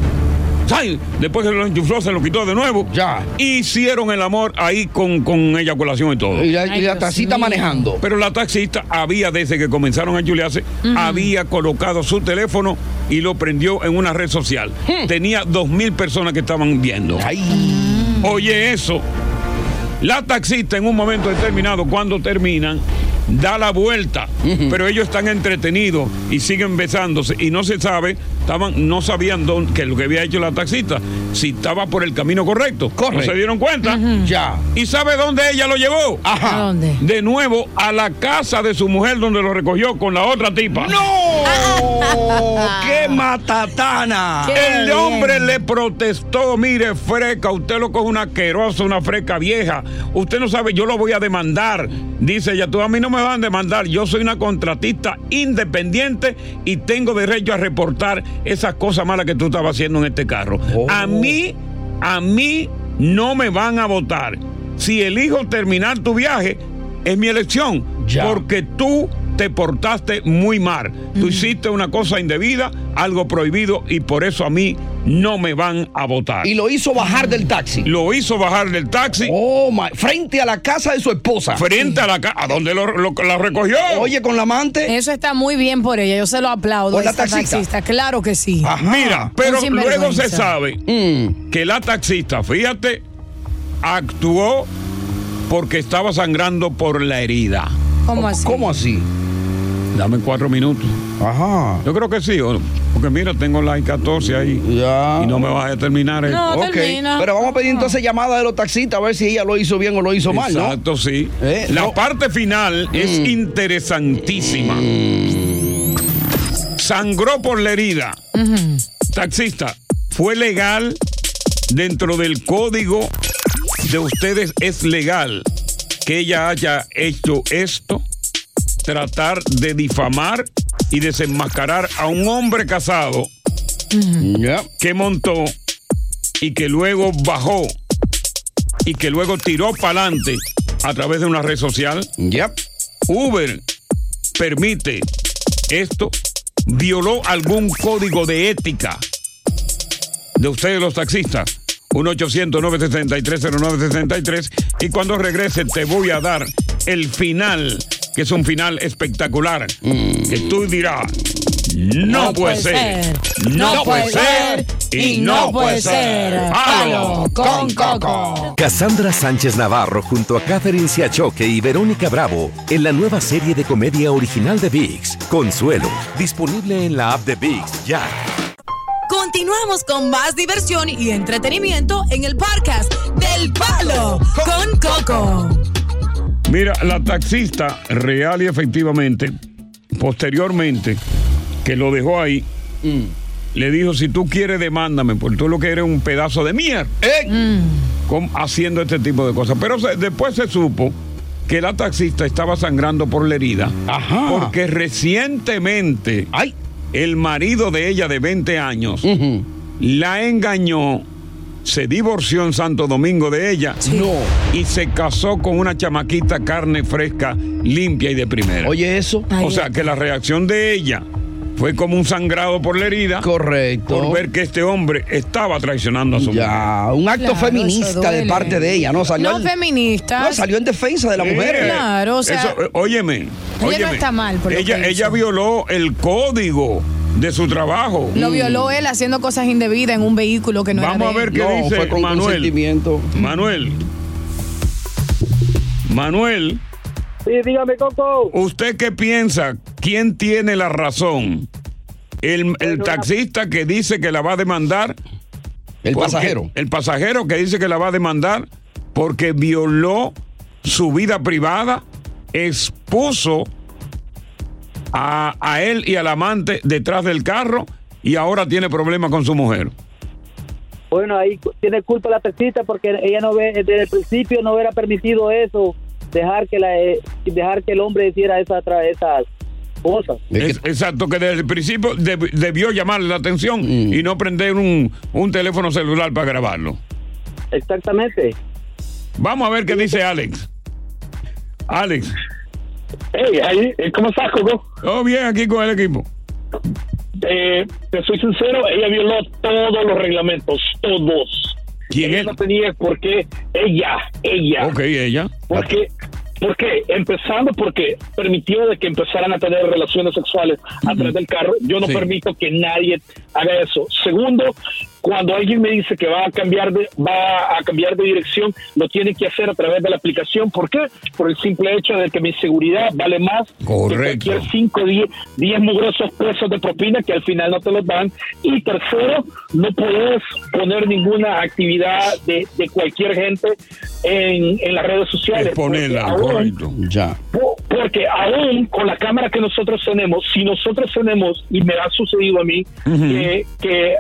Speaker 3: Ay, Después que lo enchufló, se lo quitó de nuevo.
Speaker 4: Ya.
Speaker 3: Hicieron el amor ahí con, con eyaculación y todo.
Speaker 4: Y la, y
Speaker 5: Ay,
Speaker 4: la
Speaker 5: Dios
Speaker 4: tacita
Speaker 5: mío.
Speaker 4: manejando.
Speaker 3: Pero la taxista había, desde que comenzaron a chulearse, había colocado su teléfono y lo prendió en una red social. Tenía dos mil personas que estaban viendo.
Speaker 4: Hmm. Ay,
Speaker 3: Oye, eso. La taxista en un momento determinado, cuando terminan, da la vuelta. Pero ellos están entretenidos y siguen besándose. Y no se sabe, estaban, no sabían dónde, que lo que había hecho la taxista, si estaba por el camino correcto. No
Speaker 4: Correcto.
Speaker 3: se dieron cuenta.
Speaker 4: ya.
Speaker 3: ¿Y sabe dónde ella lo llevó?
Speaker 5: ¿A dónde?
Speaker 3: De nuevo a la casa de su mujer donde lo recogió con la otra tipa.
Speaker 4: ¡No! ¡Qué matatana!
Speaker 5: Qué
Speaker 3: El
Speaker 5: bien.
Speaker 3: hombre le protestó, mire, freca, usted lo coge una asquerosa, una freca vieja. Usted no sabe, yo lo voy a demandar. Dice ella, tú a mí no me van a demandar, yo soy una contratista independiente y tengo derecho a reportar esas cosas malas que tú estabas haciendo en este carro.
Speaker 4: Oh.
Speaker 3: A mí, a mí no me van a votar. Si elijo terminar tu viaje, es mi elección.
Speaker 4: Ya.
Speaker 3: Porque que tú te portaste muy mal. Tú hiciste una cosa indebida, algo prohibido y por eso a mí no me van a votar.
Speaker 4: Y lo hizo bajar del taxi.
Speaker 3: Lo hizo bajar del taxi
Speaker 4: Oh, my. Frente a la casa de su esposa.
Speaker 3: frente a la casa, a donde lo, lo- la recogió.
Speaker 4: Oye, con la amante.
Speaker 5: Eso está muy bien por ella, yo se lo aplaudo.
Speaker 4: ¿Por
Speaker 5: a
Speaker 4: la
Speaker 5: esa
Speaker 4: taxista?
Speaker 5: claro que sí.
Speaker 4: Ajá.
Speaker 3: Mira, pero
Speaker 5: Ah, Un sinvergüenza.
Speaker 3: luego se sabe
Speaker 4: Mm.
Speaker 3: que la taxista, fíjate, actuó porque estaba sangrando por la herida.
Speaker 5: ¿Cómo así?
Speaker 4: ¿Cómo así?
Speaker 3: Dame cuatro minutos.
Speaker 4: Ajá.
Speaker 3: Yo creo que sí, o- porque mira, tengo la I-14 ahí
Speaker 4: Ya.
Speaker 3: y no me vas a terminar esto.
Speaker 5: No,
Speaker 4: Ok.
Speaker 5: termina.
Speaker 4: Pero vamos a pedir entonces llamada de los taxistas a ver si ella lo hizo bien o lo hizo mal, ¿no?
Speaker 3: Exacto, sí.
Speaker 4: Eh,
Speaker 3: la
Speaker 4: no. Mm.
Speaker 3: parte final es interesantísima. Sangró por la herida. Taxista, ¿fue legal dentro del código de ustedes? ¿Es legal que ella haya hecho esto? Tratar de difamar y desenmascarar a un hombre casado
Speaker 4: Ya.
Speaker 3: que montó y que luego bajó y que luego tiró para adelante a través de una red social.
Speaker 4: Ya.
Speaker 3: Uber permite esto, violó algún código de ética de ustedes los taxistas. 1-800-963-0963. Y cuando regrese te voy a dar el final, que es un final espectacular. Que tú dirás, no, puede ser, no, puede ser, y no puede ser. ¡Palo con coco!
Speaker 1: Cassandra Sánchez Navarro junto a Catherine Siachoque y Verónica Bravo en la nueva serie de comedia original de VIX, Consuelo, disponible en la app de VIX ya.
Speaker 9: Continuamos con más diversión y entretenimiento en el podcast del Palo con Coco.
Speaker 3: Mira, la taxista real y efectivamente, posteriormente, que lo dejó ahí,
Speaker 4: Mm.
Speaker 3: le dijo, si tú quieres, demándame, porque tú lo que eres es un pedazo de mierda.
Speaker 4: Eh.
Speaker 3: con- haciendo este tipo de cosas. Pero se- después se supo que la taxista estaba sangrando por la herida.
Speaker 4: Ajá.
Speaker 3: Porque recientemente
Speaker 4: Ay.
Speaker 3: el marido de ella de 20 años la engañó, se divorció en Santo Domingo de ella
Speaker 4: No.
Speaker 3: y se casó con una chamaquita carne fresca, limpia y de primera.
Speaker 4: Oye, eso.
Speaker 5: Ay,
Speaker 3: o sea,
Speaker 5: Dios.
Speaker 3: que la reacción de ella Fue como un sangrado por la herida.
Speaker 4: Correcto.
Speaker 3: Por ver que este hombre estaba traicionando a su
Speaker 4: ya,
Speaker 3: mujer.
Speaker 4: Un acto
Speaker 5: Claro, eso
Speaker 4: feminista
Speaker 5: duele.
Speaker 4: de parte de ella, ¿no? Salió,
Speaker 5: No
Speaker 4: al-
Speaker 5: feministas.
Speaker 4: no, salió en defensa de la
Speaker 3: Eh,
Speaker 4: mujer.
Speaker 5: Claro, o sea-
Speaker 3: eso, eh, óyeme,
Speaker 5: no
Speaker 3: óyeme.
Speaker 5: está mal por lo
Speaker 3: ella,
Speaker 5: que
Speaker 3: ella
Speaker 5: hizo.
Speaker 3: violó el código de su trabajo.
Speaker 5: Lo violó él haciendo cosas indebidas en un vehículo que no era
Speaker 3: Vamos a
Speaker 5: de
Speaker 3: ver
Speaker 5: él.
Speaker 3: qué
Speaker 4: Mm. No,
Speaker 3: dice
Speaker 4: fue con
Speaker 3: Manuel.
Speaker 4: consentimiento.
Speaker 3: Manuel. Manuel,
Speaker 10: Sí, dígame, Coco.
Speaker 3: ¿usted qué piensa? ¿Quién tiene la razón? ¿El, el
Speaker 10: Bueno,
Speaker 3: taxista que dice que la va a demandar?
Speaker 4: El
Speaker 3: Porque-
Speaker 4: pasajero.
Speaker 3: El pasajero que dice que la va a demandar porque violó su vida privada, expuso a, a él y al amante detrás del carro y ahora tiene problemas con su mujer.
Speaker 10: Bueno, ahí cu- tiene culpa la taxista porque ella no ve, desde el principio no hubiera permitido eso, dejar que la eh, dejar que el hombre hiciera esa tra- esas cosas.
Speaker 3: Es- exacto, que desde el principio deb- debió llamarle la atención
Speaker 4: Mm.
Speaker 3: y no prender un, un teléfono celular para grabarlo.
Speaker 10: Exactamente.
Speaker 3: Vamos a ver qué dice Alex. Alex,
Speaker 10: Hey, ahí, eh, ¿cómo estás, Coco?
Speaker 3: todo bien aquí con el equipo.
Speaker 10: Eh, te soy sincero, ella violó todos los reglamentos, todos.
Speaker 3: ¿Quién
Speaker 10: ella
Speaker 3: es?
Speaker 10: no tenía por qué, ella, ella.
Speaker 3: Ok, ella.
Speaker 10: Porque, porque empezando porque permitió de que empezaran a tener relaciones sexuales atrás del carro. Yo no
Speaker 3: Sí.
Speaker 10: permito que nadie haga eso. Segundo, cuando alguien me dice que va a cambiar de va a cambiar de dirección, lo tiene que hacer a través de la aplicación. ¿Por qué? Por el simple hecho de que mi seguridad vale más
Speaker 3: Correcto.
Speaker 10: que cualquier 5, 10, 10 mugrosos pesos de propina que al final no te los dan. Y tercero, no puedes poner ninguna actividad de, de cualquier gente en, en las redes sociales.
Speaker 3: Exponerla,
Speaker 10: Porque aún-
Speaker 3: correcto.
Speaker 4: Ya.
Speaker 10: Po- Porque aún con la cámara que nosotros tenemos, si nosotros tenemos, y me ha sucedido a mí, que, que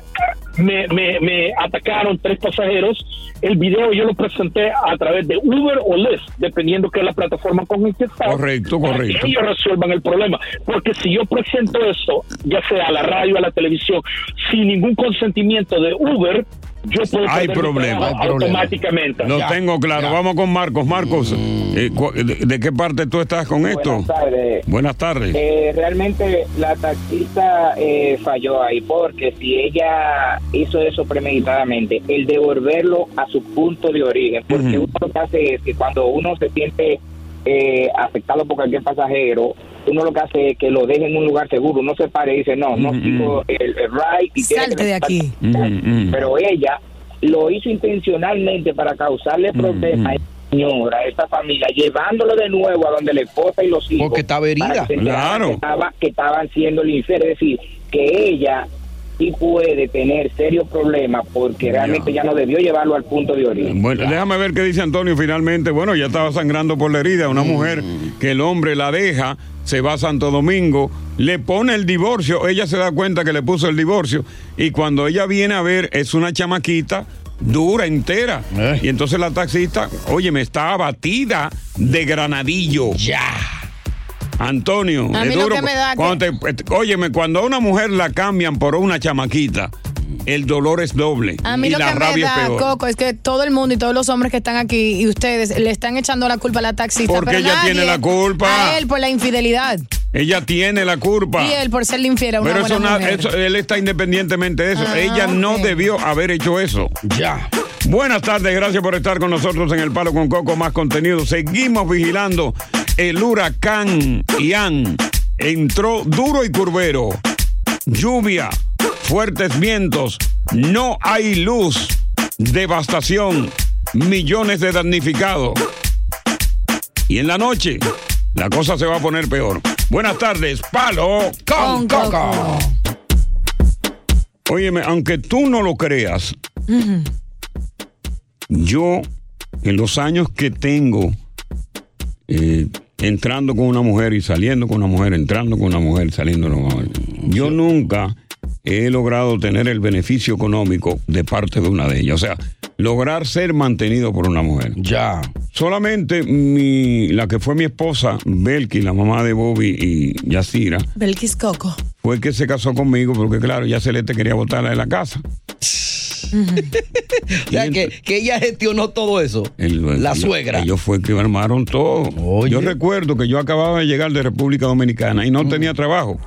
Speaker 10: me, me- me atacaron tres pasajeros, el video yo lo presenté a través de Uber o Lyft, dependiendo que la plataforma con el que está.
Speaker 3: Correcto,
Speaker 10: para
Speaker 3: correcto.
Speaker 10: que ellos resuelvan el problema. Porque si yo presento esto, ya sea a la radio, a la televisión, sin ningún consentimiento de Uber, yo puedo
Speaker 3: Hay
Speaker 10: perder mi
Speaker 3: problema,
Speaker 10: trabajo
Speaker 4: hay problema.
Speaker 10: automáticamente.
Speaker 3: Lo
Speaker 4: Ya,
Speaker 3: tengo claro.
Speaker 4: ya. Mm.
Speaker 3: Vamos con Marcos. Marcos, eh, cu- de, de qué parte tú estás con esto?
Speaker 10: tardes.
Speaker 3: Buenas tardes.
Speaker 10: Eh, realmente la taxista eh, falló ahí porque si ella hizo eso premeditadamente, el devolverlo a su punto de origen, porque
Speaker 3: Ujú.
Speaker 10: uno lo que hace es que cuando uno se siente eh, afectado por cualquier pasajero, uno lo que hace es que lo deje en un lugar seguro, uno se pare y dice, no, no
Speaker 3: Ujú.
Speaker 10: sigo el, el ride y tiene que
Speaker 5: Salte de aquí.
Speaker 3: Mm, mm.
Speaker 10: pero ella lo hizo intencionalmente para causarle
Speaker 3: Mm,
Speaker 10: problemas a esta señora, a esta familia, llevándolo de nuevo a donde la esposa y los hijos.
Speaker 4: Porque estaba herida.
Speaker 10: para que se enteraran
Speaker 3: Claro.
Speaker 10: Que, estaba- que estaban siendo infieles. Es decir, que ella sí puede tener serios problemas porque realmente ya no debió llevarlo al punto de origen.
Speaker 3: Bueno, déjame ver qué dice Antonio finalmente. Bueno, ya estaba sangrando por la herida.
Speaker 4: Mm.
Speaker 3: Una mujer que el hombre la deja, se va a Santo Domingo, le pone el divorcio. Ella se da cuenta que le puso el divorcio. Y cuando ella viene a ver, es una chamaquita dura, entera.
Speaker 4: Eh.
Speaker 3: Y entonces la taxista, oye, me está abatida de granadillo.
Speaker 4: Ya.
Speaker 3: Antonio,
Speaker 5: A
Speaker 3: es
Speaker 5: mí lo
Speaker 3: duro.
Speaker 5: que me da
Speaker 3: cuando te- óyeme, cuando a una mujer la cambian por una chamaquita, el dolor es doble.
Speaker 5: A mí
Speaker 3: y
Speaker 5: lo
Speaker 3: la
Speaker 5: que me
Speaker 3: rabia es
Speaker 5: da,
Speaker 3: peor.
Speaker 5: Coco, es que todo el mundo y todos los hombres que están aquí y ustedes le están echando la culpa a la taxista.
Speaker 3: Porque
Speaker 5: pero
Speaker 3: ella
Speaker 5: nadie-
Speaker 3: tiene la culpa.
Speaker 5: A él por la infidelidad.
Speaker 3: Ella tiene la culpa.
Speaker 5: Y él por ser infiel a una
Speaker 3: Pero eso,
Speaker 5: buena
Speaker 3: na-
Speaker 5: mujer.
Speaker 3: eso- él está independientemente de eso.
Speaker 5: Ah,
Speaker 3: Ella no
Speaker 5: ok.
Speaker 3: debió haber hecho eso.
Speaker 4: Ya.
Speaker 3: Buenas tardes, gracias por estar con nosotros en El Palo con Coco. Más contenido. Seguimos vigilando el huracán Ian. Entró duro y curvero. Lluvia, fuertes vientos, no hay luz, devastación, millones de damnificados. Y en la noche, la cosa se va a poner peor. Buenas tardes, Palo con,
Speaker 5: Con
Speaker 3: Coco.
Speaker 5: Coco.
Speaker 3: Oh. Óyeme, aunque tú no lo creas, yo, en los años que tengo eh, entrando con una mujer y saliendo con una mujer, entrando con una mujer, saliendo con una mujer, yo nunca he logrado tener el beneficio económico de parte de una de ellas. O sea, lograr ser mantenido por una mujer.
Speaker 4: Ya.
Speaker 3: Solamente mi, la que fue mi esposa, Belki, la mamá de Bobby y Yacira,
Speaker 5: Belkis Coco.
Speaker 3: fue que se casó conmigo porque, claro, ya Celeste quería botarla de la casa.
Speaker 4: O sea, que, que ella gestionó todo eso.
Speaker 3: El-
Speaker 4: la
Speaker 3: el-
Speaker 4: suegra.
Speaker 3: Ellos fue que armaron todo.
Speaker 4: Oye. Mm.
Speaker 3: Yo recuerdo que yo acababa de llegar de República Dominicana y no tenía trabajo.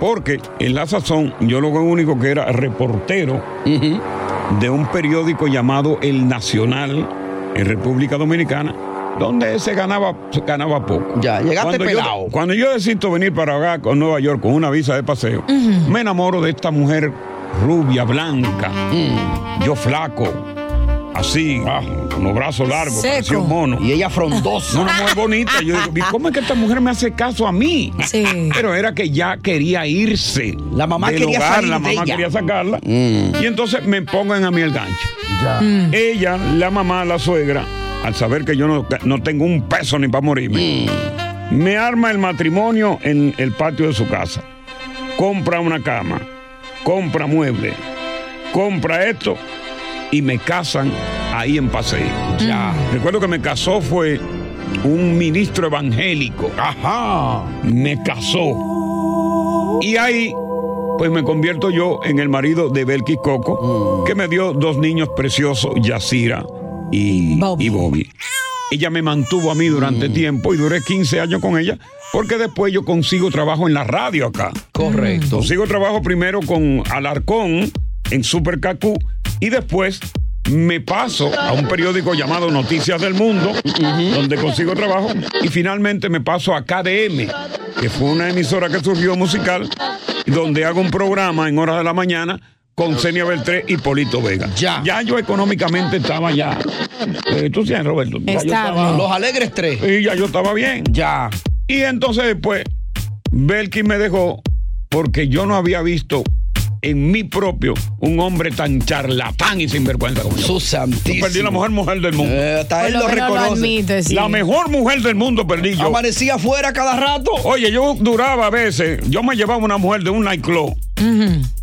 Speaker 3: Porque en la sazón yo lo único que era reportero de un periódico llamado El Nacional en República Dominicana, donde se ganaba, se ganaba poco.
Speaker 4: Ya, llegaste
Speaker 3: yo-
Speaker 4: pelado.
Speaker 3: cuando yo decido venir para acá, con Nueva York, con una visa de paseo, me enamoro de esta mujer rubia, blanca,
Speaker 4: Mm.
Speaker 3: yo flaco, así, ah, con los brazos largos,
Speaker 5: Seco.
Speaker 3: parecía un mono.
Speaker 4: Y ella frondosa.
Speaker 3: No, no, muy bonita. Yo digo, "¿Y ¿cómo es que esta mujer me hace caso a mí?
Speaker 5: Sí.
Speaker 3: Pero era que ya quería irse.
Speaker 4: La mamá
Speaker 3: del
Speaker 4: quería
Speaker 3: hogar,
Speaker 4: salir
Speaker 3: La
Speaker 4: de
Speaker 3: mamá
Speaker 4: ella.
Speaker 3: quería sacarla.
Speaker 4: Mm.
Speaker 3: Y entonces me pongan a mí el gancho. Ella, la mamá, la suegra, al saber que yo no, no tengo un peso ni para morirme,
Speaker 4: Mm.
Speaker 3: me arma el matrimonio en el patio de su casa. Compra una cama, compra mueble, compra esto y me casan ahí en Paseo.
Speaker 4: Ya.
Speaker 3: Recuerdo que me casó fue un ministro evangélico.
Speaker 4: Ajá.
Speaker 3: Me casó. Y ahí, pues me convierto yo en el marido de Belkis Coco, que me dio dos niños preciosos, Yacira y y Bobby.
Speaker 5: Bobby.
Speaker 3: Ella me mantuvo a mí
Speaker 4: Mm.
Speaker 3: durante tiempo y duré 15 años con ella, porque después yo consigo trabajo en la radio acá.
Speaker 4: Correcto.
Speaker 3: Consigo trabajo primero con Alarcón en Super Cacú y después me paso a un periódico llamado Noticias del Mundo, donde consigo trabajo, y finalmente me paso a KDM, que fue una emisora que surgió musical, donde hago un programa en horas de la mañana con Senia Beltré y Polito Vega.
Speaker 4: Ya.
Speaker 3: Ya yo económicamente estaba ya. eh, tú sabes, Roberto. Ya yo
Speaker 5: Estable.
Speaker 3: estaba-
Speaker 4: Los alegres tres.
Speaker 3: y ya yo estaba bien.
Speaker 4: Ya.
Speaker 3: Y entonces después, Belkin me dejó porque yo no había visto en mí propio un hombre tan charlatán y sinvergüenza como yo.
Speaker 4: Su santísimo.
Speaker 3: Perdí la mejor mujer del mundo.
Speaker 4: Eh, hasta
Speaker 5: Por
Speaker 4: él
Speaker 5: lo
Speaker 4: lo
Speaker 5: menos lo
Speaker 4: reconoce.
Speaker 5: admite, sí.
Speaker 3: La mejor mujer del mundo perdí yo.
Speaker 4: Amanecía afuera cada rato.
Speaker 3: Oye, yo duraba a veces, yo me llevaba una mujer de un nightclub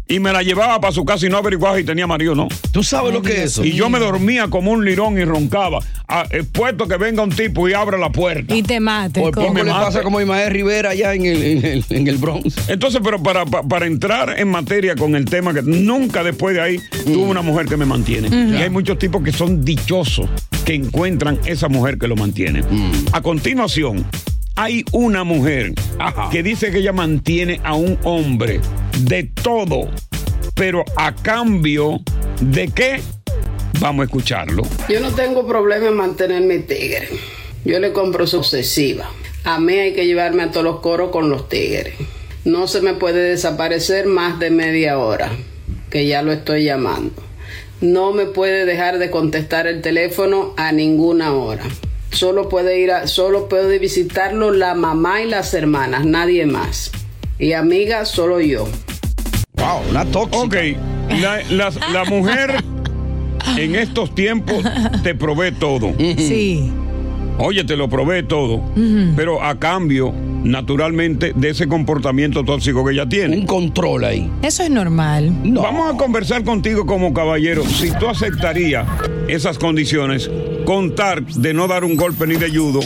Speaker 3: y me la llevaba para su casa y no averiguaba si tenía marido o no.
Speaker 4: ¿Tú sabes lo que es eso?
Speaker 3: Y yo me dormía como un lirón y roncaba, a- expuesto que venga un tipo y abra la puerta.
Speaker 5: Y te mate.
Speaker 4: Por
Speaker 5: Coco.
Speaker 4: poco
Speaker 3: Pues, me
Speaker 4: le
Speaker 3: mate.
Speaker 4: Pues, pasa como a Ismael Rivera allá en el, en el, en el Bronx.
Speaker 3: Entonces, pero para, pa- para entrar en materia con el tema que nunca después de ahí
Speaker 4: Mm.
Speaker 3: tuve una mujer que me mantiene. Y hay muchos tipos que son dichosos que encuentran esa mujer que lo mantiene.
Speaker 4: Mm.
Speaker 3: A continuación, hay una mujer
Speaker 4: Ajá.
Speaker 3: que dice que ella mantiene a un hombre de todo, pero a cambio de qué? Vamos a escucharlo.
Speaker 11: Yo no tengo problema en mantenerme tigre. Yo le compro sucesiva. A mí hay que llevarme a todos los coros con los tigres. No se me puede desaparecer más de media hora, que ya lo estoy llamando. No me puede dejar de contestar el teléfono a ninguna hora. Solo puede ir a, solo puede visitarlo la mamá y las hermanas, nadie más. Y amiga, solo yo.
Speaker 4: Wow, una tóxica.
Speaker 3: Ok, la, las- la mujer en estos tiempos te provee todo.
Speaker 5: Sí.
Speaker 3: Oye, te lo probé todo, pero a cambio, naturalmente, de ese comportamiento tóxico que ella
Speaker 4: Un
Speaker 3: tiene.
Speaker 4: control ahí.
Speaker 5: Eso es normal.
Speaker 4: No.
Speaker 3: Vamos a conversar contigo como caballero. Si tú aceptarías esas condiciones, contar de no dar un golpe ni de judo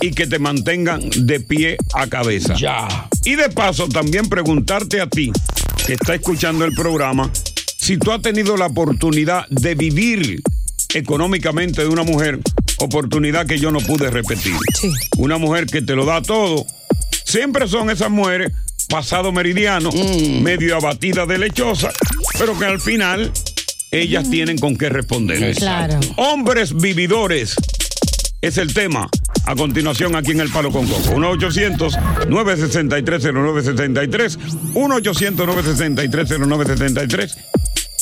Speaker 3: y que te mantengan de pie a cabeza.
Speaker 4: Ya.
Speaker 3: Y de paso, también preguntarte a ti, que está escuchando el programa, si tú has tenido la oportunidad de vivir económicamente de una mujer, oportunidad que yo no pude repetir.
Speaker 5: Sí.
Speaker 3: Una mujer que te lo da todo. Siempre son esas mujeres pasado meridiano,
Speaker 5: Mm.
Speaker 3: medio abatidas de lechosa, pero que al final ellas tienen con qué
Speaker 5: Mm.
Speaker 3: responder.
Speaker 5: Claro.
Speaker 3: Hombres vividores es el tema. A continuación, aquí en El Palo con Coco. 1-800-963-0963. 1-800-963-0963.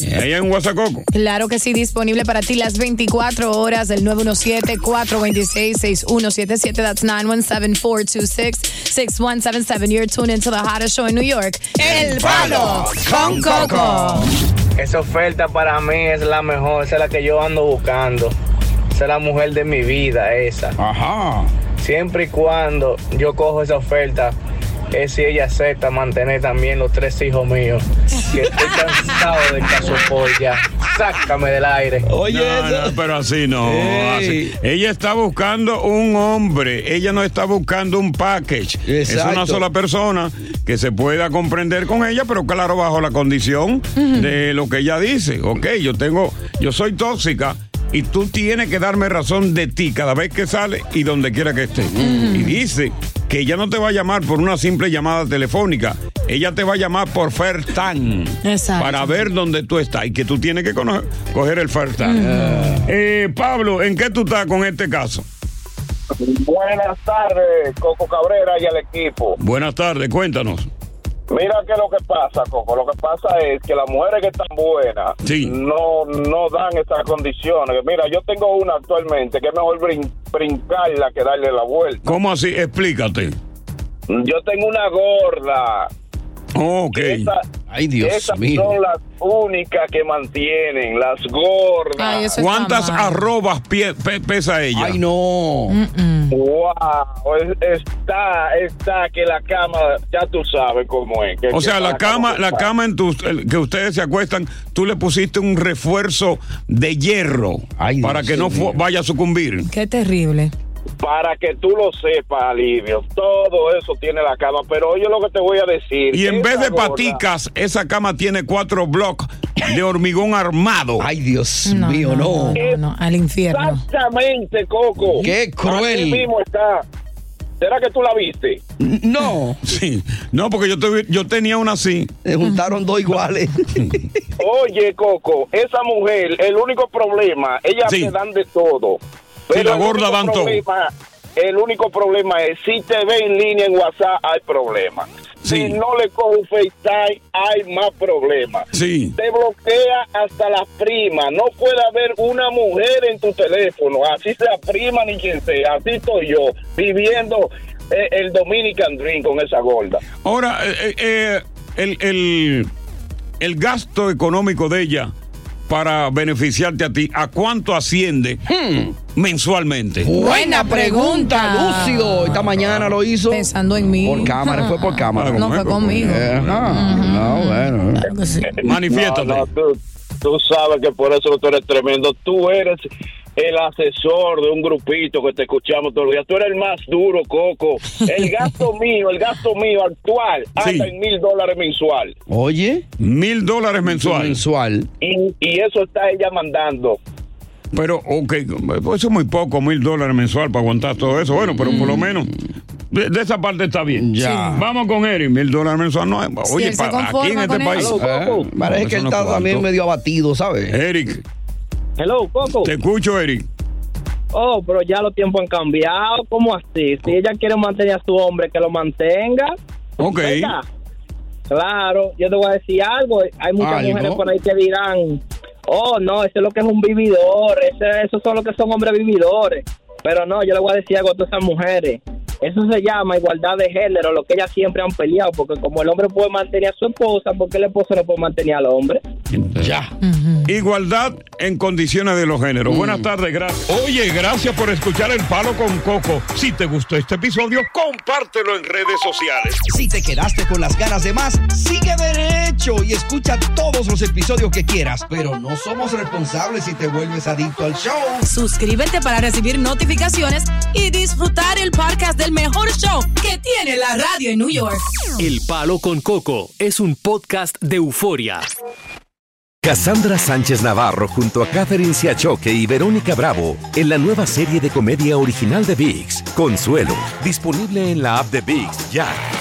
Speaker 3: Y ahí hay un WhatsApp Coco.
Speaker 5: Claro que sí, disponible para ti las 24 horas del 917-426-6177. That's 917-426-6177. You're tuned into the hottest show in New York. El Palo con Coco.
Speaker 11: Esa oferta para mí es la mejor, esa es la que yo ando buscando. Esa es la mujer de mi vida, esa.
Speaker 4: Ajá.
Speaker 11: Siempre y cuando yo cojo esa oferta, es si ella acepta mantener también los tres hijos míos. Que estoy cansado de caso ya. Sácame del aire.
Speaker 4: Oye,
Speaker 3: No,
Speaker 4: eso.
Speaker 3: no, pero así no.
Speaker 4: Ey.
Speaker 3: así. Ella está buscando un hombre. Ella no está buscando un package. Es
Speaker 4: Exacto.
Speaker 3: una sola persona que se pueda comprender con ella, pero claro, bajo la condición de lo que ella dice. Ok, yo tengo, yo soy tóxica. Y tú tienes que darme razón de ti cada vez que sale y donde quiera que esté. Y dice que ella no te va a llamar por una simple llamada telefónica. Ella te va a llamar por Fertan.
Speaker 9: Exacto.
Speaker 3: Para ver dónde tú estás y que tú tienes que cono- coger el Fertan. Eh, Pablo, ¿en qué tú estás con este caso?
Speaker 12: Buenas tardes, Coco Cabrera y al equipo.
Speaker 3: Buenas tardes, cuéntanos.
Speaker 12: Mira que lo que pasa, Coco, lo que pasa es que las mujeres que están buenas no, no dan esas condiciones. Mira, yo tengo una actualmente que es mejor brin- brincarla que darle la vuelta.
Speaker 3: ¿Cómo así? Explícate.
Speaker 12: Yo tengo una gorda.
Speaker 3: Ok. Ay, Dios
Speaker 12: esas
Speaker 3: mío.
Speaker 12: son las únicas que mantienen, las gordas.
Speaker 3: ¿Cuántas arrobas pie- pe- pesa ella? Ay,
Speaker 4: no.
Speaker 12: Wow, es- está, está que la cama, ya tú sabes cómo es. que-
Speaker 3: O
Speaker 12: que
Speaker 3: sea, la cama, la cama en tus- el- que ustedes se acuestan, tú le pusiste un refuerzo de hierro para que no fu- vaya a sucumbir.
Speaker 5: Qué terrible.
Speaker 12: Para que tú lo sepas, Alivio, todo eso tiene la cama, pero oye lo que te voy a decir.
Speaker 3: Y en
Speaker 12: Esa
Speaker 3: vez de
Speaker 12: gorda-
Speaker 3: paticas, esa cama tiene cuatro blocks de hormigón armado.
Speaker 4: Ay, Dios mío,
Speaker 5: No, no, no, al infierno.
Speaker 12: Exactamente, Coco.
Speaker 4: Qué cruel.
Speaker 12: Aquí mismo está. ¿Será que tú la viste?
Speaker 4: No.
Speaker 3: Sí. No, porque yo, tuve- yo tenía una así.
Speaker 4: Se juntaron dos iguales.
Speaker 12: Oye, Coco, esa mujer, el único problema, ellas
Speaker 3: Sí.
Speaker 12: te dan de todo.
Speaker 3: Sí, la
Speaker 12: el
Speaker 3: gorda
Speaker 12: único
Speaker 3: dan todo.
Speaker 12: problema- El único problema es, si te ve en línea en WhatsApp, hay problema. Si no le coge un FaceTime, hay más problemas.
Speaker 3: Sí.
Speaker 12: Te bloquea hasta las primas. No puede haber una mujer en tu teléfono. Así sea prima ni quien sea. Así estoy yo, viviendo eh, el Dominican Dream con esa gorda.
Speaker 3: Ahora, eh, eh, el, el- el gasto económico de ella para beneficiarte a ti, ¿a cuánto asciende
Speaker 4: Hmm.
Speaker 3: mensualmente?
Speaker 5: Buena pregunta.
Speaker 4: Lúcido, esta mañana lo hizo.
Speaker 5: Pensando en mí.
Speaker 4: Por cámara, fue por cámara.
Speaker 5: No fue conmigo.
Speaker 3: pues,
Speaker 4: Ajá. No, bueno.
Speaker 3: Manifiéstate.
Speaker 12: Eh, No, no, tú, tú sabes que por eso tú eres tremendo. Tú eres el asesor de un grupito que te escuchamos todos los días. Tú eres el más duro, Coco. El gasto mío, el gasto mío actual, anda en mil dólares mensual.
Speaker 4: Oye.
Speaker 3: Mil dólares mensual.
Speaker 4: Mensual.
Speaker 12: Y, y eso está ella mandando.
Speaker 3: Pero, ok, pues eso es muy poco, mil dólares mensual para aguantar todo eso. Bueno, pero por lo menos de, de esa parte está bien.
Speaker 4: Mm. Ya. Sí.
Speaker 3: Vamos con Eric, mil dólares mensual. No, es-
Speaker 4: Si
Speaker 3: oye,
Speaker 4: él se
Speaker 3: para- aquí en
Speaker 4: conforma
Speaker 3: este
Speaker 4: con
Speaker 3: país.
Speaker 4: eso.
Speaker 3: Ah,
Speaker 4: Coco, parece
Speaker 3: eso
Speaker 4: que él
Speaker 3: no
Speaker 4: está
Speaker 3: es cuarto.
Speaker 4: también medio abatido, ¿sabes?
Speaker 3: Eric.
Speaker 13: Hello, Coco.
Speaker 3: Te escucho, Eric.
Speaker 13: Oh, pero ya los tiempos han cambiado. ¿Cómo así? Si ella quiere mantener a su hombre, que lo mantenga.
Speaker 3: Ok.
Speaker 13: Venga. Claro, yo te voy a decir algo. Hay muchas
Speaker 14: Algo.
Speaker 13: mujeres por ahí que dirán, oh, no, eso es lo que es un vividor, ese- esos son los que son hombres vividores. Pero no, yo le voy a decir algo a todas esas mujeres. Eso se llama igualdad de género, lo que ellas siempre han peleado, porque como el hombre puede mantener a su esposa, ¿por qué la esposa no puede mantener al hombre?
Speaker 3: Ya. Igualdad en condiciones de los géneros. Buenas
Speaker 4: Mm.
Speaker 3: tardes, gracias. Oye, gracias por escuchar El Palo con Coco. Si te gustó este episodio, compártelo en redes sociales.
Speaker 4: Si te quedaste con las ganas de más, sigue derecho y escucha todos los episodios que quieras. Pero no somos responsables si te vuelves adicto al show.
Speaker 9: Suscríbete para recibir notificaciones y disfrutar el podcast del mejor show que tiene la radio en New York.
Speaker 2: El Palo con Coco es un podcast de euforia.
Speaker 1: Cassandra Sánchez Navarro junto a Catherine Siachoque y Verónica Bravo en la nueva serie de comedia original de Vix, Consuelo, disponible en la app de Vix ya.